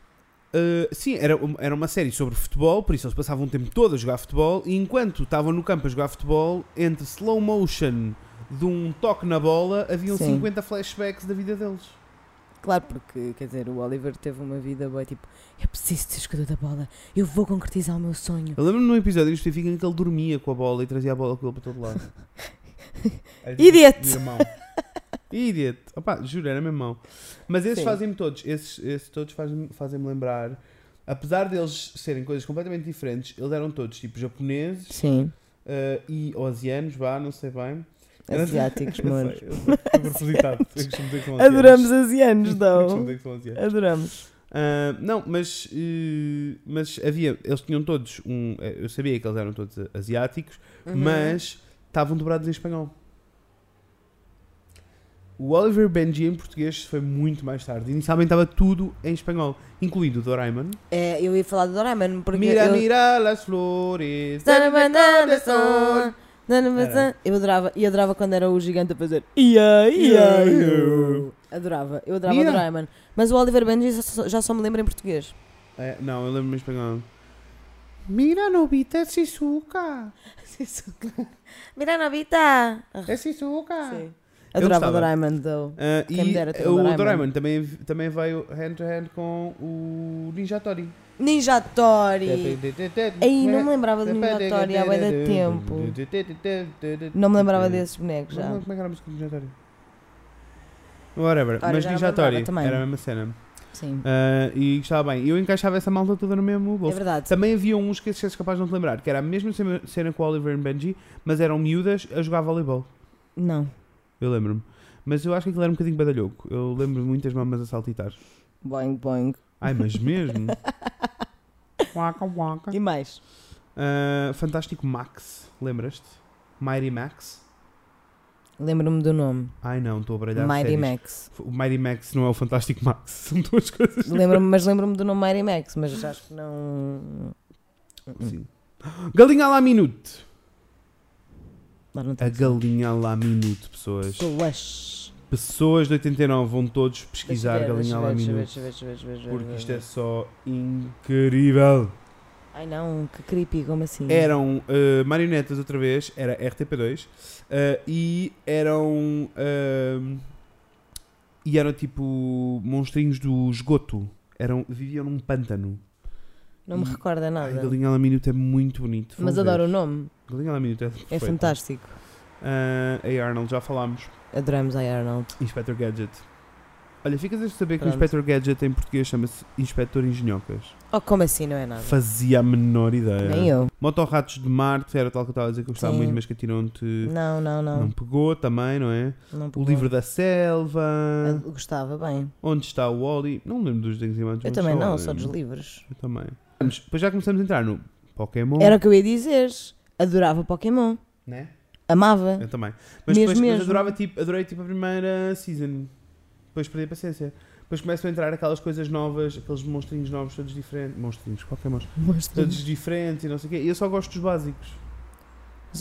C: Uh, sim, era, um- era uma série sobre futebol, por isso eles passavam o tempo todo a jogar futebol. E enquanto estavam no campo a jogar futebol, entre slow motion de um toque na bola, haviam
D: Sim.
C: 50 flashbacks da vida deles.
D: Claro, porque, quer dizer, o Oliver teve uma vida boa, tipo, eu preciso ser jogador da bola, eu vou concretizar o meu sonho.
C: Eu lembro-me num episódio em específico em que ele dormia com a bola e trazia a bola com ele para todo lado.
D: [LAUGHS]
C: Era tipo
D: Idiot!
C: meu irmão. [LAUGHS] Idiot! Opa, juro, era meu irmão. Mas esses
D: Sim.
C: fazem-me todos, esses, esses todos fazem- fazem-me lembrar. Apesar deles serem coisas completamente diferentes, eles eram todos tipo japoneses,
D: Sim,
C: eh, e oceanos, vá, não sei bem.
D: asiáticos,
C: Eu
D: mano.
C: sei, eu sei, [LAUGHS] foi [LAUGHS] propositado. Eu costumo dizer que são oceanos.
D: Adoramos então. asianos,
C: Eu [LAUGHS] costumo
D: não?
C: dizer que são oceanos.
D: Adoramos.
C: Ah, não, mas, eh, mas havia, eles tinham todos um. eh, Eu sabia que eles eram todos a- asiáticos,
D: Uhum.
C: mas estavam dobrados em espanhol. O Oliver Benji em português foi muito mais tarde. Inicialmente estava tudo em espanhol, incluindo o Doraemon.
D: É, eu ia falar de Doraemon, porque
C: Mira,
D: eu...
C: mira las flores.
D: Sana banana son, sana banana- Eu adorava, e adorava quando era o gigante a fazer ia, ia, ia. Adorava, eu adorava
C: Mira.
D: o Doraemon. Mas o Oliver Benji já só, já só me lembra
C: [LAUGHS]
D: em português.
C: É, não, eu lembro-me em espanhol. Mira, novita, é Shizuka.
D: Mira Novita!
C: É Shizuka.
D: Sim.
C: Eu
D: Adorava o
C: gostava.
D: Doraemon, though.
C: Ah,
D: Quem
C: e
D: me dera ter um
C: o Doraemon,
D: Doraemon.
C: também, também veio hand to hand com o Ninja Tori.
D: Ninja Tori! Aí não me lembrava do Ninja Tori há bué de tempo. Não me lembrava desses bonecos
C: Não
D: já.
C: lembro Como é que era a música do Ninja Tori? Whatever,
D: Ora,
C: mas
D: já não
C: Ninja
D: lembrava
C: Tori
D: também.
C: era a mesma cena.
D: Sim.
C: Ah, e estava bem. Eu encaixava essa malta toda no mesmo
D: É
C: bolso.
D: verdade.
C: Também havia uns que se és capaz de não te lembrar, que era a mesma cena- cena com o Oliver e Benji, mas eram miúdas a jogar voleibol.
D: Não.
C: Eu lembro-me. Mas eu acho que aquilo era um bocadinho badalhoco. Eu lembro de muitas mamas a saltitar.
D: Boing, boing.
C: Ai, mas mesmo? [LAUGHS] waka waka.
D: E mais?
C: Ah, Fantástico Max, lembras-te? Mighty Max?
D: Lembro-me do nome.
C: Ai não, estou a baralhar
D: Mighty
C: séries.
D: Max.
C: O Mighty Max não é o Fantástico Max, [LAUGHS] são duas coisas.
D: Lembro-me, mas lembro-me do nome Mighty Max, mas acho que não.
C: Sim. Galinha à la minute.
D: Lá não
C: A
D: tem.
C: galinha à la minute, pessoas.
D: Goulash.
C: Pessoas de 89 vão todos
D: Deixa
C: pesquisar
D: eu ver,
C: galinha à la
D: deixa eu ver,
C: minute.
D: deixa eu ver, deixa eu ver, deixa eu ver, deixa eu ver,
C: Porque isto
D: deixa eu
C: é só incrível.
D: ver. Ai não, que creepy, como assim?
C: Eram eh, marionetas outra vez, era RTP2, eh, e eram. ehm, e eram tipo monstrinhos do esgoto. Eram, viviam num pântano.
D: Não me
C: E-
D: recorda
C: um Ai, um
D: nada.
C: Galinha à la Minuta é muito bonito. vão
D: Mas
C: ver.
D: adoro o nome.
C: Galinha à la Minuta é,
D: É
C: perfeito.
D: fantástico.
C: Ah, a Arnold, já falámos.
D: Adoramos a Arnold.
C: Inspector Gadget. Olha, ficas a saber que o
D: Pronto.
C: Inspector Gadget em português chama-se Inspector Engenhocas.
D: Oh, como assim não é nada?
C: Fazia a menor ideia.
D: Nem eu.
C: Motorratos de Marte, era tal que eu estava a dizer que eu gostava
D: Sim.
C: muito, mas que atiram-te.
D: Não, não,
C: Não.
D: não.
C: pegou também, não é?
D: não É.
C: O
D: pegou.
C: Livro da Selva.
D: Eu Gostava bem.
C: Onde está o Wally? Não me lembro dos desenhos animados.
D: Eu
C: mas é
D: também não,
C: Wall-E.
D: só dos livros.
C: Eu também. Vamos, depois já começamos a entrar no Pokémon.
D: Era o que eu ia dizer. adorava Pokémon.
C: Né?
D: Amava.
C: Eu também. Mas
D: Mesmo,
C: depois mas
D: mesmo.
C: adorava, tipo, adorei tipo a primeira season. Depois perdi a paciência. Depois começam a entrar aquelas coisas novas, aqueles monstrinhos novos, todos diferentes. Monstrinhos, qualquer monstro.
D: Monstro.
C: Todos diferentes e não sei o quê. E eu só gosto dos básicos.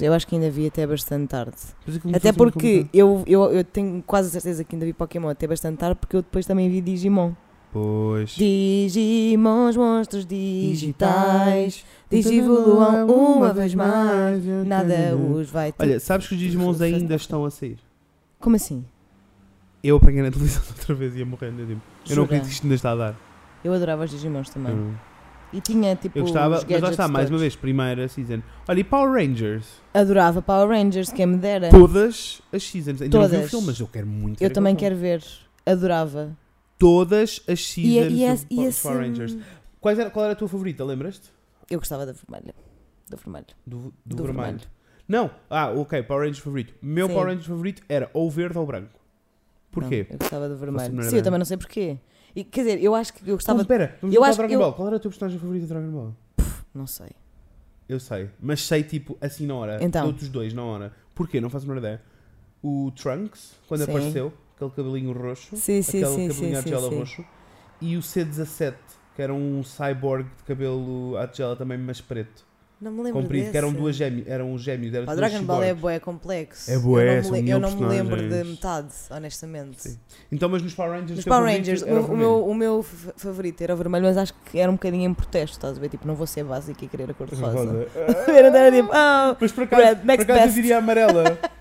D: Eu acho que ainda vi até bastante tarde.
C: Depois aquilo começou-se
D: Até
C: a me
D: porque
C: complicar.
D: eu, eu, eu tenho quase certeza que ainda vi Pokémon até bastante tarde, porque eu depois também vi Digimon.
C: Pois.
D: Digimons, monstros digitais, digivoluam uma vez mais, nada os vai ter.
C: Olha, sabes que os Digimons ainda estão a sair?
D: Como assim?
C: Eu apanhei na televisão [LAUGHS] outra vez e ia morrendo. Eu, digo, eu não
D: Jura?
C: acredito que isto ainda está a dar.
D: Eu adorava os Digimons também.
C: Eu,
D: E tinha tipo.
C: eu gostava, mas
D: os
C: lá
D: gadgets
C: está, mais uma
D: todos.
C: vez, primeira season. Olha, e Power Rangers?
D: Adorava Power Rangers, quem me dera.
C: Todas as seasons. Ainda não vi o
D: É. Todas.
C: filme, mas eu quero muito. ver
D: eu também
C: aquele
D: quero ver. Adorava.
C: filme. Todas as seasons
D: E, é assim- e,
C: do Po-
D: esse- e esse-
C: Power Rangers. Quais era, qual era a tua favorita, lembras-te?
D: Eu gostava da vermelha. Do vermelho.
C: Do, do,
D: Do
C: vermelho. Não, ah, ok, Power Rangers favorito. Meu
D: Sim.
C: Power Rangers favorito era ou verde ou branco. Porquê?
D: Não, eu gostava do
C: Você não
D: vermelho.
C: era
D: Sim, eu
C: branco.
D: também não sei porquê. E, quer dizer, eu acho que eu
C: Não,
D: gostava. de-
C: Espera, vamos
D: eu
C: voltar
D: acho-
C: ao Dragon
D: eu-
C: Ball. Qual era a tua personagem favorita de Dragon Ball?
D: Não sei.
C: Eu sei, mas sei tipo assim na hora.
D: Então.
C: De outros dois na hora. Porquê? Não faço a menor ideia. O Trunks, quando
D: Sim.
C: apareceu, aquele cabelinho roxo,
D: Sim, sim,
C: aquele
D: sim,
C: cabelinho
D: sim,
C: à
D: sim,
C: tigela
D: sim.
C: roxo, e o C17, que era um cyborg de cabelo à tigela também, mas preto,
D: Não me lembro
C: comprido,
D: desse.
C: que eram duas gêmeas, eram um gêmeos, eram
D: Pá,
C: duas
D: Dragon Ball é
C: cyborgs.
D: bué complexo.
C: É bué,
D: Eu não,
C: são
D: me, le-
C: mil
D: eu não me lembro de
C: personagens.
D: metade, honestamente.
C: Sim. Então, mas nos Power Rangers,
D: Nos
C: o teu
D: Power
C: favorito
D: Rangers,
C: era
D: o, o
C: vermelho.
D: meu, o meu fa- favorito era o vermelho, mas acho que era um bocadinho em protesto, estás a ver? Tipo, não vou ser básica e querer a cor de rosa. [LAUGHS] Era era tipo, ah,
C: eh,
D: [LAUGHS]
C: Mas por acaso,
D: Red,
C: por
D: next
C: acaso eu
D: best.
C: diria a amarela.
D: [LAUGHS]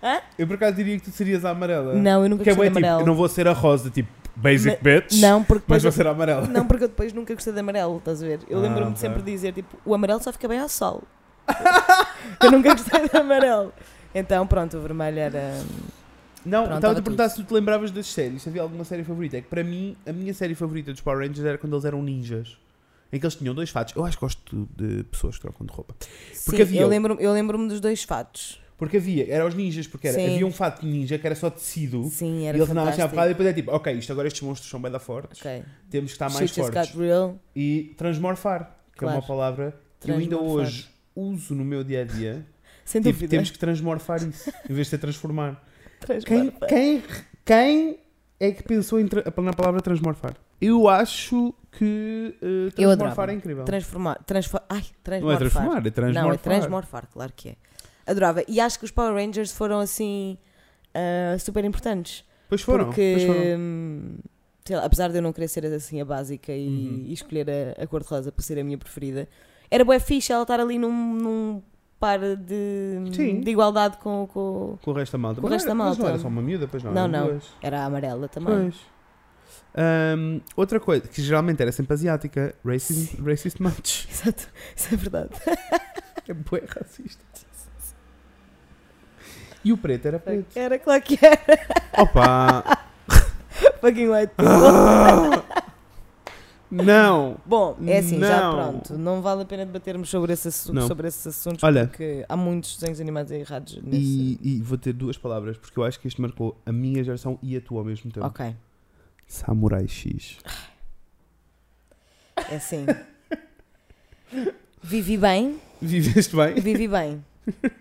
D: Hã?
C: Eu por acaso diria que tu serias a amarela.
D: não, eu nunca
C: Porque é bué,
D: gostei de
C: tipo, eu
D: amarelo.
C: não vou ser a rosa, tipo, basic bitch.
D: Não, porque
C: Mas
D: depois.
C: vou ser a amarela.
D: Não, porque eu depois nunca gostei de amarelo, estás a ver? Eu
C: Ah,
D: lembro-me
C: ok.
D: de sempre de dizer, tipo, o amarelo só fica bem ao sol. [LAUGHS] eu nunca gostei de amarelo. Então, pronto, o vermelho era.
C: Não,
D: Pronto,
C: estava
D: tá
C: a
D: estava
C: perguntar se tu te lembravas das séries, se havia alguma série favorita. É que para mim, a minha série favorita dos Power Rangers era quando eles eram ninjas. Em que eles tinham dois fatos. Eu acho que gosto de pessoas que trocam de roupa. Porque
D: Sim,
C: havia-
D: eu lembro-me eu lembro dos dois fatos.
C: Porque havia, eram os ninjas, porque era,
D: Sim.
C: havia um fato de ninja que era só tecido.
D: Sim,
C: E
D: era
C: eles andavam assim à
D: fantástico.
C: porrada e depois é tipo, ok, isto agora estes monstros são bem da fortes,
D: Ok.
C: temos que estar tá mais
D: Shit just
C: fortes.
D: got real.
C: E transmorfar, que é uma
D: Claro.
C: palavra que eu ainda
D: Transmorfar.
C: hoje uso no meu dia a dia.
D: Sem
C: Tipo,
D: dúvida.
C: temos que transmorfar isso, em vez de ser transformar. Quem,
D: Transmorfa.
C: quem, quem é que pensou em tra- na palavra transmorfar? Eu acho que eh,
D: Eu
C: transmorfar
D: adorava.
C: é incrível.
D: Transformar. Transfor... Ai, transmorfar.
C: não é transformar, é transmorfar.
D: Não, é transmorfar, claro que é. Adorava. E acho que os Power Rangers foram assim ah, super importantes.
C: Pois foram,
D: porque
C: pois foram.
D: hum, sei lá, apesar de eu não querer ser assim a básica e,
C: Uhum.
D: e escolher a, a cor de rosa para ser a minha preferida, era boa ficha ela estar ali num, num par de,
C: Sim.
D: de igualdade com, com.
C: Com o resto da malta.
D: com o
C: Mas
D: resto da
C: não era- Mas não
D: malta.
C: era só uma miúda, pois não.
D: Não,
C: eram
D: não.
C: duas.
D: Era a amarela também.
C: Pois. Ahm, outra coisa, que geralmente era sempre asiática, racist, racist match.
D: [LAUGHS] Exato, isso é verdade.
C: [LAUGHS] É bué racista. E o preto era preto.
D: Era claro que era. [LAUGHS]
C: Opa!
D: Fucking white
C: [LAUGHS] não!
D: Bom, é assim, já
C: Não.
D: pronto. Não vale a pena debatermos sobre, esse assu-
C: Não.
D: sobre esses assuntos
C: Olha.
D: porque há muitos desenhos animados errados nesse.
C: E, e vou ter duas palavras, porque eu acho que isto marcou a minha geração e a tua ao mesmo tempo.
D: Ok,
C: Samurai X.
D: é assim. Vivi bem,
C: [LAUGHS] Viveste bem?
D: vivi bem.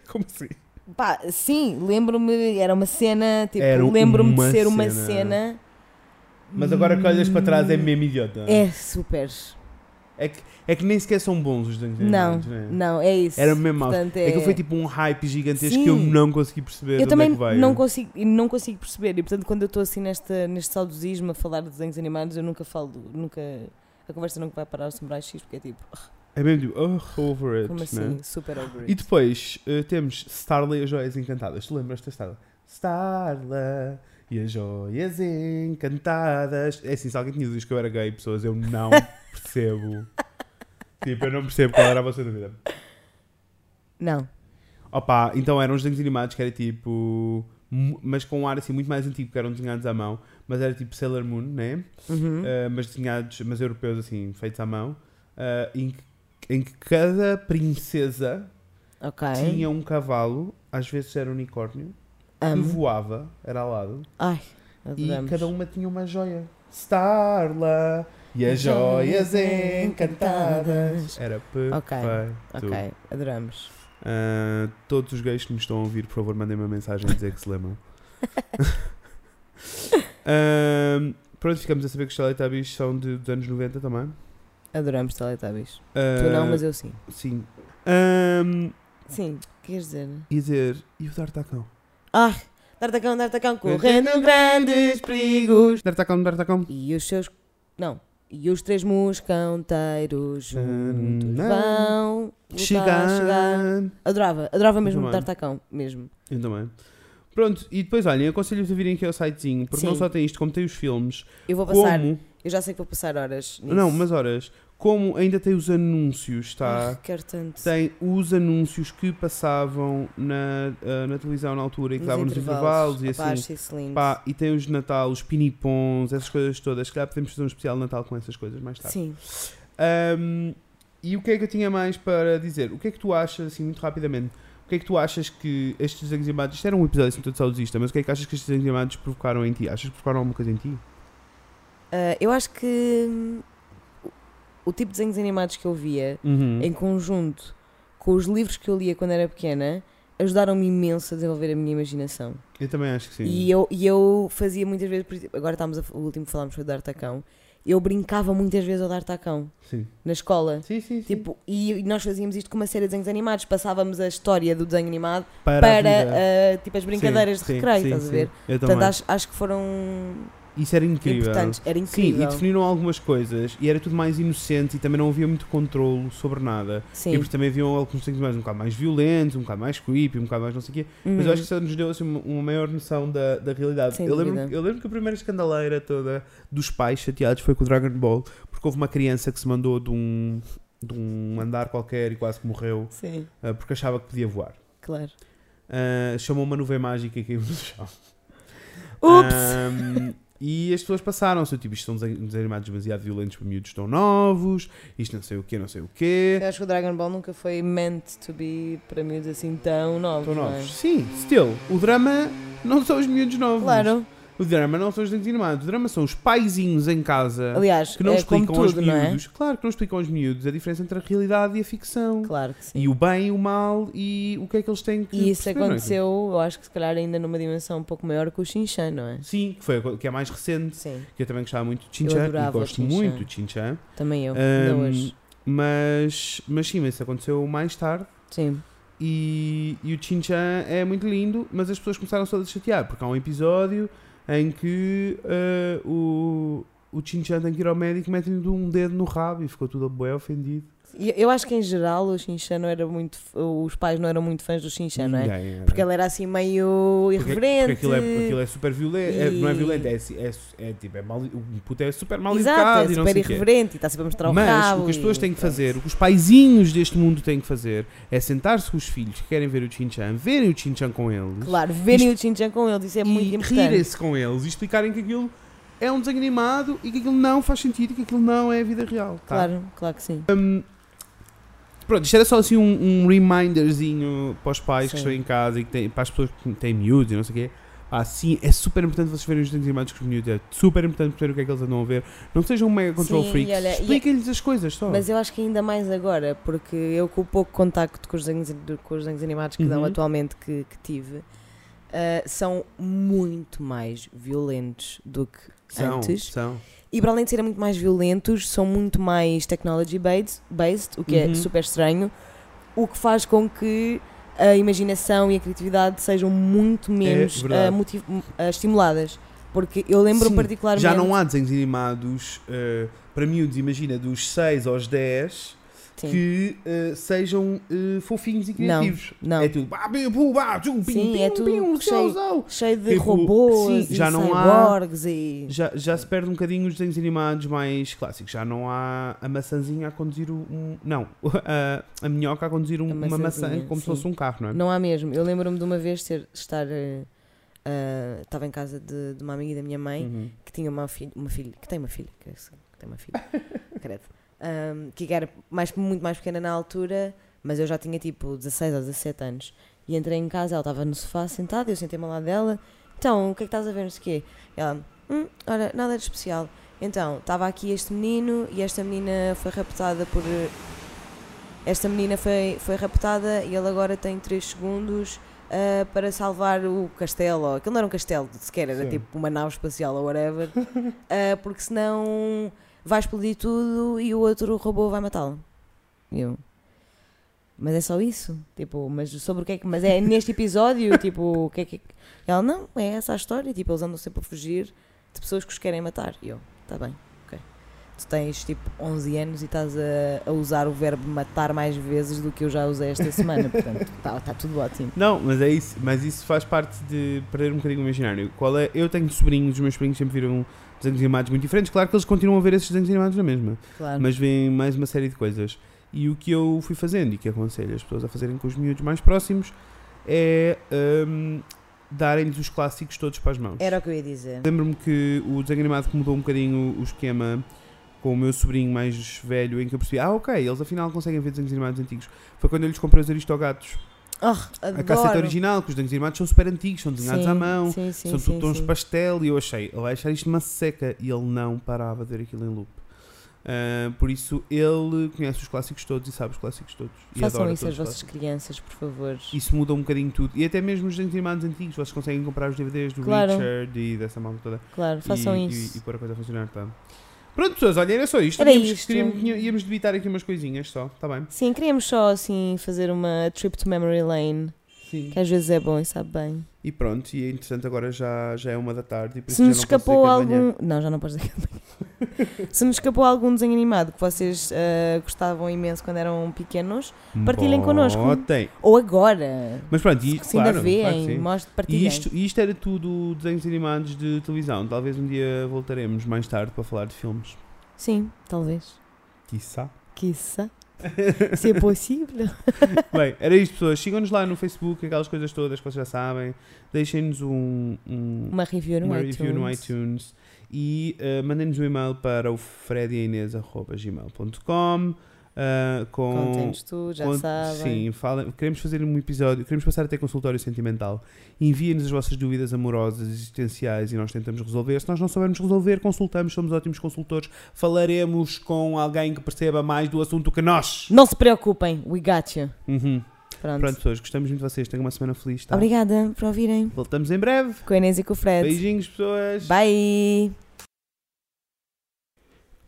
C: Como assim?
D: Pá, sim, lembro-me, era uma cena, tipo,
C: Era um-
D: lembro-me
C: uma
D: de ser uma
C: cena.
D: cena.
C: Mas agora que olhas para trás é mesmo idiota.
D: É super.
C: É que, é que nem sequer são bons os desenhos
D: Não,
C: animados, né?
D: não, é isso.
C: Era mesmo mau.
D: Portanto,
C: É que foi
D: é-
C: tipo um hype gigantesco
D: Sim.
C: que eu não consegui perceber de
D: Eu
C: onde é
D: também
C: que veio.
D: não consigo, e não consigo perceber. E portanto, quando eu estou assim nesta, neste saudosismo a falar de desenhos animados, eu nunca falo, nunca. A conversa nunca vai parar ao Samurai X, porque é tipo,
C: É mesmo tipo, oh, over it.
D: como
C: né?
D: assim? Super over
C: E
D: it.
C: depois eh, temos Starla e as Joias Encantadas. Tu lembras da Starla? Starla e as Joias Encantadas. É assim, se alguém tinha dito que eu era gay, pessoas, eu não percebo. tipo, eu não percebo qual era a vossa dúvida.
D: Não,
C: Opa, então eram os desenhos animados que era tipo. mu- Mas com um ar assim muito mais antigo, que eram desenhados à mão. Mas era tipo Sailor Moon, né?
D: Uhum.
C: Uh, mas desenhados, mas europeus assim, feitos à mão. uh, em, que- em que cada princesa
D: ok.
C: tinha um cavalo, às vezes era unicórnio, que
D: Amo.
C: voava, era ao lado,
D: Ai,
C: e
D: adoramos.
C: cada um uma tinha uma joia. Starla e as joias encantadas. Era perfeito.
D: Ok, adoramos.
C: Ah, todos os gays que me estão a ouvir, por favor, mandem uma mensagem a dizer que se
D: [LAUGHS]
C: lembram. Ah, pronto, ficamos a saber que os Teletubbies são de- dos anos 90 também.
D: Adoramos Teletubbies.
C: Ah,
D: Tu não, mas eu sim.
C: Sim. Ahm,
D: Sim, queres dizer? né?
C: e dizer, e o D'Artacão?
D: Ah, D'Artacão, D'Artacão, correndo grandes perigos.
C: D'Artacão, D'Artacão.
D: E os seus. Não. E os três moscanteiros juntos
C: Ah, Não.
D: vão lutar, chegar. Adorava, adorava mesmo
C: Muito bem.
D: D'Artacão, mesmo.
C: Eu também. Pronto, e depois, olhem, aconselho-vos a virem aqui ao sitezinho, porque
D: Sim.
C: não só tem isto, como tem os filmes,
D: Eu vou passar,
C: como...
D: eu já sei que vou passar horas nisso.
C: Não, mas horas, como ainda tem os anúncios,
D: Ah,
C: tá?
D: quero tanto.
C: Tem os anúncios que passavam na, ah, na televisão na altura e que davam nos intervalos e
D: Opá,
C: assim.
D: acho é isso lindo.
C: Pá, e tem os de Natal, os pinipons, essas coisas todas. Se calhar podemos fazer um especial de Natal com essas coisas mais tarde.
D: Sim.
C: Ahm, e o que é que eu tinha mais para dizer? O que é que tu achas, assim, muito rapidamente, o que é que tu achas que estes desenhos animados, isto era um episódio assim todo saudosista, mas o que é que achas que estes desenhos animados provocaram em ti? Achas que provocaram alguma coisa em ti?
D: Ah, eu acho que hum, o, o tipo de desenhos animados que eu via,
C: Hum?
D: em conjunto com os livros que eu lia quando era pequena, ajudaram-me imenso a desenvolver a minha imaginação.
C: Eu também acho que sim.
D: E eu, e eu fazia muitas vezes, por exemplo, agora estamos a, o último que falámos foi do D'Artacão, eu brincava muitas vezes ao D'Artacão,
C: Sim,
D: na escola.
C: sim, sim. sim.
D: Tipo, e e nós fazíamos isto com uma série de desenhos animados, passávamos a história do desenho animado
C: para, a
D: para,
C: vida.
D: ah, tipo, as brincadeiras
C: Sim,
D: de
C: sim,
D: recreio,
C: sim,
D: estás a
C: sim.
D: ver?
C: Eu
D: Portanto,
C: também.
D: acho, acho que foram
C: Isso era incrível.
D: importantes, era
C: Sim, e
D: incrível.
C: definiram algumas coisas e era tudo mais inocente e também não havia muito controle sobre nada.
D: Sim.
C: E depois também haviam alguns desenhos mais um bocado mais violentos, um bocado mais creepy, um bocado mais não sei o quê.
D: Uhum.
C: Mas eu acho que isso nos deu assim, uma- uma maior noção da, da realidade.
D: Hum. Sem
C: eu, lembro,
D: dúvida.
C: eu lembro que a primeira escandaleira toda dos pais chateados foi com o Dragon Ball, porque houve uma criança que se mandou de um, de um andar qualquer e quase que morreu
D: Sim,
C: ah, porque achava que podia voar.
D: claro.
C: Ah, chamou uma nuvem mágica e caiu no chão.
D: Ups!
C: Ahm, e as pessoas passaram-se, eu, tipo, isto são desen- desenhos animados demasiado violentos para miúdos tão novos, isto não sei o quê, não sei o quê.
D: Eu acho que o Dragon Ball nunca foi meant to be para miúdos assim tão novos.
C: Tão
D: não é?
C: novos. Sim, still, o drama não são os miúdos novos.
D: Claro.
C: O drama não são os desenhos animados, o drama são os paizinhos em casa
D: Aliás,
C: que não
D: é como
C: explicam aos
D: tudo, não é?
C: miúdos. Claro que não explicam aos miúdos a diferença entre a realidade e a ficção.
D: Claro que sim.
C: E o bem, o mal e o que é que eles têm que
D: E isso
C: perceber, não é?
D: aconteceu, eu acho que se calhar ainda numa dimensão um pouco maior que o Shinchan, não é?
C: Sim, que, foi, a co- que é mais recente,
D: Sim,
C: que eu também gostava muito de
D: Eu
C: Chinchan, e
D: adorava
C: gosto
D: Chin Chan.
C: muito de Chinchan.
D: também
C: Hum.
D: eu, ainda
C: Ahm,
D: hoje.
C: Mas, mas sim, mas isso aconteceu mais tarde.
D: Sim,
C: E, e o Chinchan é muito lindo, mas as pessoas começaram só a chatear, porque há um episódio em que ah, o, o Chinchan tem que ir ao médico e mete-lhe um dedo no rabo e ficou tudo bué ofendido.
D: E eu acho que em geral o Shinchan não era muito, f- os pais não eram muito fãs do Shinchan, não é?
C: Ninguém era.
D: Porque ele era assim meio
C: Porque-
D: irreverente.
C: Porque aquilo é, aquilo é super violento, é- não é
D: E-
C: violento, é, é, é tipo, é mal, o puto é super mal
D: Exato,
C: educado
D: é
C: e não
D: super
C: sei o quê.
D: irreverente e está sempre a mostrar o
C: Mas
D: rabo
C: o que as
D: e
C: pessoas têm que
D: pronto.
C: fazer, o que os paizinhos deste mundo têm que fazer, é sentar-se com os filhos que querem ver o Chinchan, verem o Chinchan com eles
D: Claro, verem o Shinchan com eles, isso é muito
C: e
D: importante.
C: rirem-se com eles e explicarem que aquilo é um desenho animado e que aquilo não faz sentido e que aquilo não é a vida real. tá?
D: Claro, claro que sim.
C: Hum, pronto, isto era só assim um, um reminderzinho para os pais que
D: Sim.
C: estão em casa e que têm, para as pessoas que têm miúdos e não sei o quê. Ah, sim, é super importante vocês verem os desenhos animados com os miúdos, é super importante perceber o que é que eles andam a ver. Não sejam mega control
D: Sim, e
C: freaks,
D: olha, e- é-
C: expliquem-lhes as coisas só.
D: Mas eu acho que ainda mais agora, porque eu com o pouco contacto com os desenhos, com os desenhos animados que dão
C: Uhum.
D: atualmente que, que tive, ah, são muito mais violentos do que
C: são,
D: antes.
C: são.
D: E para além de serem muito mais violentos, são muito mais technology-based, based, o que
C: Uhum.
D: é super estranho, o que faz com que a imaginação e a criatividade sejam muito menos
C: É verdade.
D: ah, motiv- ah, estimuladas. Porque eu lembro
C: Sim,
D: particularmente...
C: Já não há desenhos animados eh, para miúdos, imagina, dos 6 aos 10
D: Sim.
C: que eh, sejam eh, fofinhos e
D: Não,
C: criativos.
D: não.
C: É tudo. Bah, bim, bu, bah, tchum, pim,
D: Sim,
C: pim,
D: é tudo
C: pim,
D: cheio-
C: zau, zau.
D: Cheio de
C: Tipo,
D: robôs
C: sim,
D: e
C: já não há-
D: cyborgs e...
C: Já, já se perde um bocadinho os desenhos animados mais clássicos. Já não há a maçãzinha a conduzir o- um. Não, [LAUGHS] a, a minhoca a conduzir um-
D: A
C: uma maçã
D: maçãzinha,
C: como se
D: sim.
C: fosse um carro, não é?
D: Não há mesmo. Eu lembro-me de uma vez ter, estar. eh, ah, Estava em casa de, de uma amiga da minha mãe
C: Uhum.
D: que tinha uma filha, uma filha que tem uma filha, que, é assim, que tem uma filha, credo, Ahm, que era mais, muito mais pequena na altura, mas eu já tinha tipo 16 ou 17 anos. E entrei em casa, ela estava no sofá sentada, eu sentei-me ao lado dela. Então, o que é que estás a ver? Não sei o quê. Ela, hum, ora, nada de especial. Então, estava aqui este menino e esta menina foi raptada por. eh, Esta menina foi, foi raptada e ele agora tem 3 segundos ah, para salvar o castelo. ou- Aquilo não era um castelo sequer, era
E: Sim.
D: tipo uma nave espacial ou whatever. [LAUGHS] ah, porque senão vai explodir tudo e o outro robô vai matá-lo. E eu, Mas é só isso? Tipo, mas sobre o que é que. Mas é neste episódio? tipo, o que é que. Ela, não, é essa a história. Tipo, eles andam sempre a fugir de pessoas que os querem matar. E eu, tá bem, ok. Tu tens tipo 11 anos e estás a, a usar o verbo matar mais vezes do que eu já usei esta semana. Portanto, [LAUGHS] está tudo ótimo.
C: Não, mas é isso. Mas isso faz parte de perder um bocadinho o imaginário. Qual é? Eu tenho sobrinhos, os meus sobrinhos sempre viram desenhos animados muito diferentes. Claro que eles continuam a ver esses desenhos animados na mesma.
D: Claro.
C: Mas vêm mais uma série de coisas. E o que eu fui fazendo e que aconselho as pessoas a fazerem com os miúdos mais próximos é hum, darem-lhes os clássicos todos para as mãos.
D: Era o que eu ia dizer.
C: Lembro-me que o desenho animado que mudou um bocadinho o esquema com o meu sobrinho mais velho, em que eu percebi, ah, ok, eles afinal conseguem ver desenhos animados antigos. Foi quando eu lhes comprei os Aristogatos.
D: Oh,
C: A
D: adoro.
C: casseta original, que os desenhos animados são super antigos, são desenhados
D: Sim,
C: à mão,
D: sim, sim,
C: são
D: sim,
C: tudo tons
D: sim.
C: de pastel, e eu achei, ele vai achar isto uma seca, e ele não parava de ver aquilo em loop. Ah, por isso, ele conhece os clássicos todos e sabe os clássicos todos. E
D: Façam
C: adora
D: isso
C: todos
D: às
C: os
D: vossas crianças, por favor.
C: isso muda um bocadinho tudo. E até mesmo os desenhos animados antigos, vocês conseguem comprar os DVDs do
D: Claro.
C: Richard e dessa malta toda.
D: Claro, façam
C: e,
D: isso.
C: E, e pôr a coisa a funcionar, tá? Pronto, pessoas, olha, era só isto.
D: Era
C: Tínhamos que-
D: isto.
C: queríamos- tinha- íamos debitar aqui umas coisinhas só, tá bem?
D: Sim, queríamos só assim fazer uma trip to memory lane,
C: Sim.
D: que às vezes é bom e sabe bem.
C: E pronto, e é interessante, agora já, já é uma da tarde. E por
D: Se
C: isso já
D: nos
C: não posso dizer
D: escapou
C: que é amanhã-
D: algum. Não, já não podes dizer que amanhã. Se nos escapou algum desenho animado que vocês ah, gostavam imenso quando eram pequenos, partilhem connosco.
C: Botem.
D: ou agora.
C: Mas pronto, e,
D: Se
C: claro,
D: ainda veem,
C: claro que sim.
D: mostre,
C: E
D: partilhem.
C: isto, e isto era tudo desenhos animados de televisão. Talvez um dia voltaremos mais tarde para falar de filmes.
D: Sim, talvez. [LAUGHS]
C: Quiçá.
D: Quissa. Se é possível.
C: Bem, era isto, pessoas. Sigam-nos lá no Facebook, aquelas coisas todas que vocês já sabem. Deixem-nos um, um-
D: Uma review no
C: uma
D: iTunes.
C: review no iTunes. E eh, mandem-nos um e-mail para o frediainês.gmail.com uh, com...
D: Contem-nos tu, já
C: Cont-
D: sabem.
C: Sim, falem- queremos fazer um episódio, queremos passar até consultório sentimental. Enviem-nos as vossas dúvidas amorosas, existenciais e nós tentamos resolver. Se nós não soubermos resolver, consultamos, somos ótimos consultores. Falaremos com alguém que perceba mais do assunto que nós.
D: Não se preocupem, we got you.
C: Uhum.
D: Pronto.
C: Pronto, pessoas, gostamos muito de vocês. Tenham uma semana feliz. Tá?
D: Obrigada por ouvirem.
C: Voltamos em breve.
D: Com a Inês e com o Fred.
C: Beijinhos, pessoas.
D: Bye.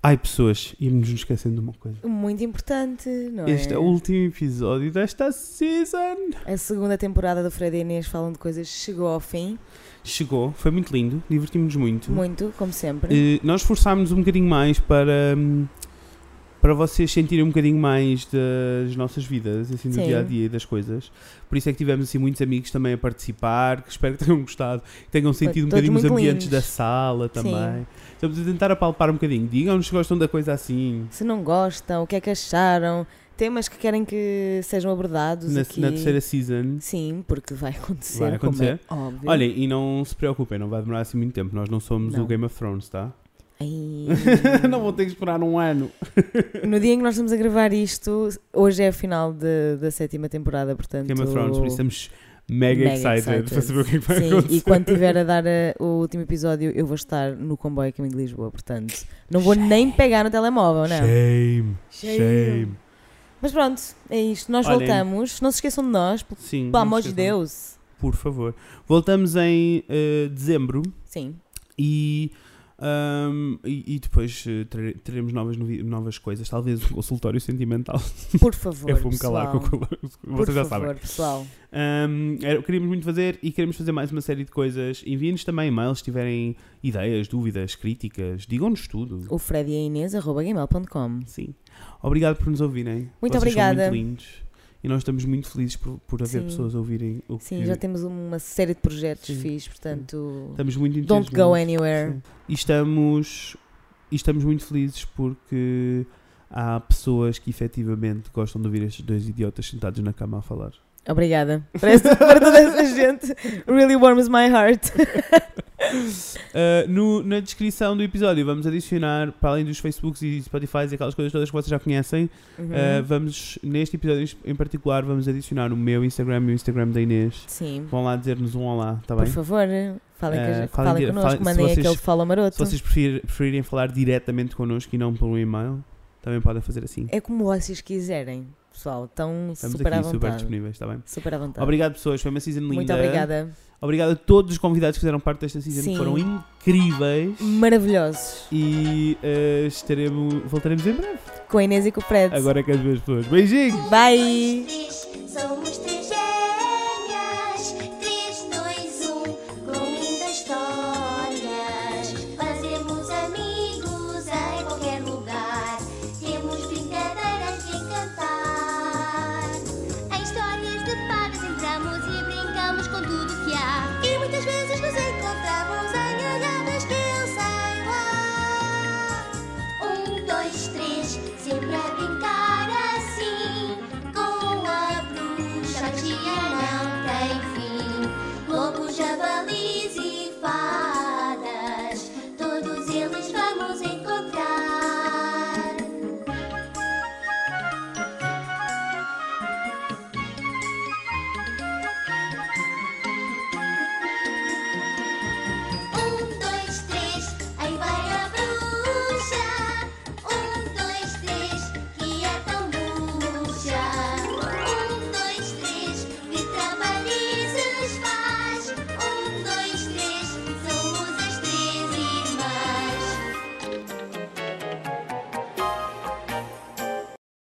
C: Ai, pessoas, íamos nos esquecendo de uma coisa.
D: Muito importante, não
C: Este
D: é?
C: é o último episódio desta season.
D: A segunda temporada do Fred e Inês falam de coisas chegou ao fim.
C: Chegou, foi muito lindo, divertimos-nos muito.
D: Muito, como sempre.
C: Eh, nós esforçámos-nos um bocadinho mais para, hum, para vocês sentirem um bocadinho mais das nossas vidas, assim, do
D: Sim.
C: dia a dia e das coisas. Por isso é que tivemos assim, muitos amigos também a participar, que espero que tenham gostado, que tenham sentido um
D: todos
C: bocadinho os
D: muito
C: ambientes
D: lindos.
C: da sala também. Estamos a tentar apalpar um bocadinho. Digam-nos se gostam da coisa assim.
D: Se não gostam, o que é que acharam? Temas que querem que sejam abordados
C: Na,
D: aqui.
C: na terceira season.
D: Sim, porque vai acontecer,
C: Vai acontecer.
D: como é óbvio.
C: Olhem, e não se preocupem, não vai demorar assim muito tempo. Nós não somos
D: Não.
C: o Game of Thrones, tá? [LAUGHS]
D: Ai.
C: não vou ter que esperar um ano.
D: No dia em que nós estamos a gravar isto, hoje é a final de- da sétima temporada, portanto...
C: Game of Thrones, por isso é estamos mega,
D: Mega
C: excited, para
D: excited.
C: saber o que é que vai
D: Sim,
C: acontecer.
D: e quando tiver a dar eh, o último episódio, eu vou estar no comboio a caminho de Lisboa, portanto, não vou nem pegar no telemóvel, não. né? é?
C: Shame, shame.
D: Mas pronto, é isto. Nós
C: Olhem.
D: voltamos. Não se esqueçam de nós, pelo
C: Sim.
D: pelo
C: não
D: amor
C: se
D: de
C: esqueçam.
D: Deus.
C: Por favor. Voltamos em eh, dezembro
D: Sim,
C: e, ahm, e, e depois eh, tra- teremos novas, novi- novas coisas. Talvez um consultório sentimental. É
D: por favor.
C: Eu vou-me calar com
D: pessoal.
C: o calor.
D: Por
C: Vocês já
D: favor,
C: sabem.
D: pessoal.
C: Ahm, era- queríamos muito fazer e queremos fazer mais uma série de coisas. Enviem-nos também e-mails se tiverem ideias, dúvidas, críticas. Digam-nos tudo.
D: O Fred e a Inês, arroba gmail.com.
C: Sim. Obrigado por nos ouvirem. Vocês
D: Muito
C: são
D: obrigada.
C: muito lindos. E nós estamos muito felizes por, por haver
D: Sim.
C: pessoas a ouvirem o que
D: Sim, já temos uma série de projetos
C: Sim.
D: fixos, portanto.
C: Estamos muito
D: Don't
C: entusiasmados.
D: go anywhere.
C: Sim. E estamos, e estamos muito felizes porque há pessoas que efetivamente gostam de ouvir estes dois idiotas sentados na cama a falar.
D: Obrigada. [LAUGHS] Parece para toda essa gente. Really warms my heart.
C: Ah, no- na descrição do episódio vamos adicionar, para além dos Facebooks e Spotifys e aquelas coisas todas que vocês já conhecem,
D: Uhum.
C: ah, vamos, neste episódio em particular, vamos adicionar o meu Instagram e o Instagram da Inês.
D: Sim.
C: Vão lá dizer-nos um olá, está
D: Por
C: bem?
D: favor, falem,
C: Eh,
D: que-
C: falem
D: falem
C: dire-
D: connosco,
C: falem- se
D: mandem
C: vocês-
D: aquele follow maroto.
C: Se vocês preferir- preferirem falar diretamente connosco e não por um e-mail, também podem fazer assim.
D: É como vocês quiserem. pessoal. Estão
C: Estamos
D: É super à
C: aqui super
D: vontade.
C: disponíveis, está bem?
D: Super à vontade.
C: Obrigado, pessoas. Foi uma season linda.
D: Tá. Muito obrigada.
C: Obrigado a todos os convidados que fizeram parte desta season,
D: Sim.
C: que foram incríveis.
D: Maravilhosos.
C: E eh, estaremos, voltaremos em breve.
D: Com a Inês e com o Fred.
C: Agora é que as minhas pessoas. Beijinhos!
D: Bye!
A: Três, são um,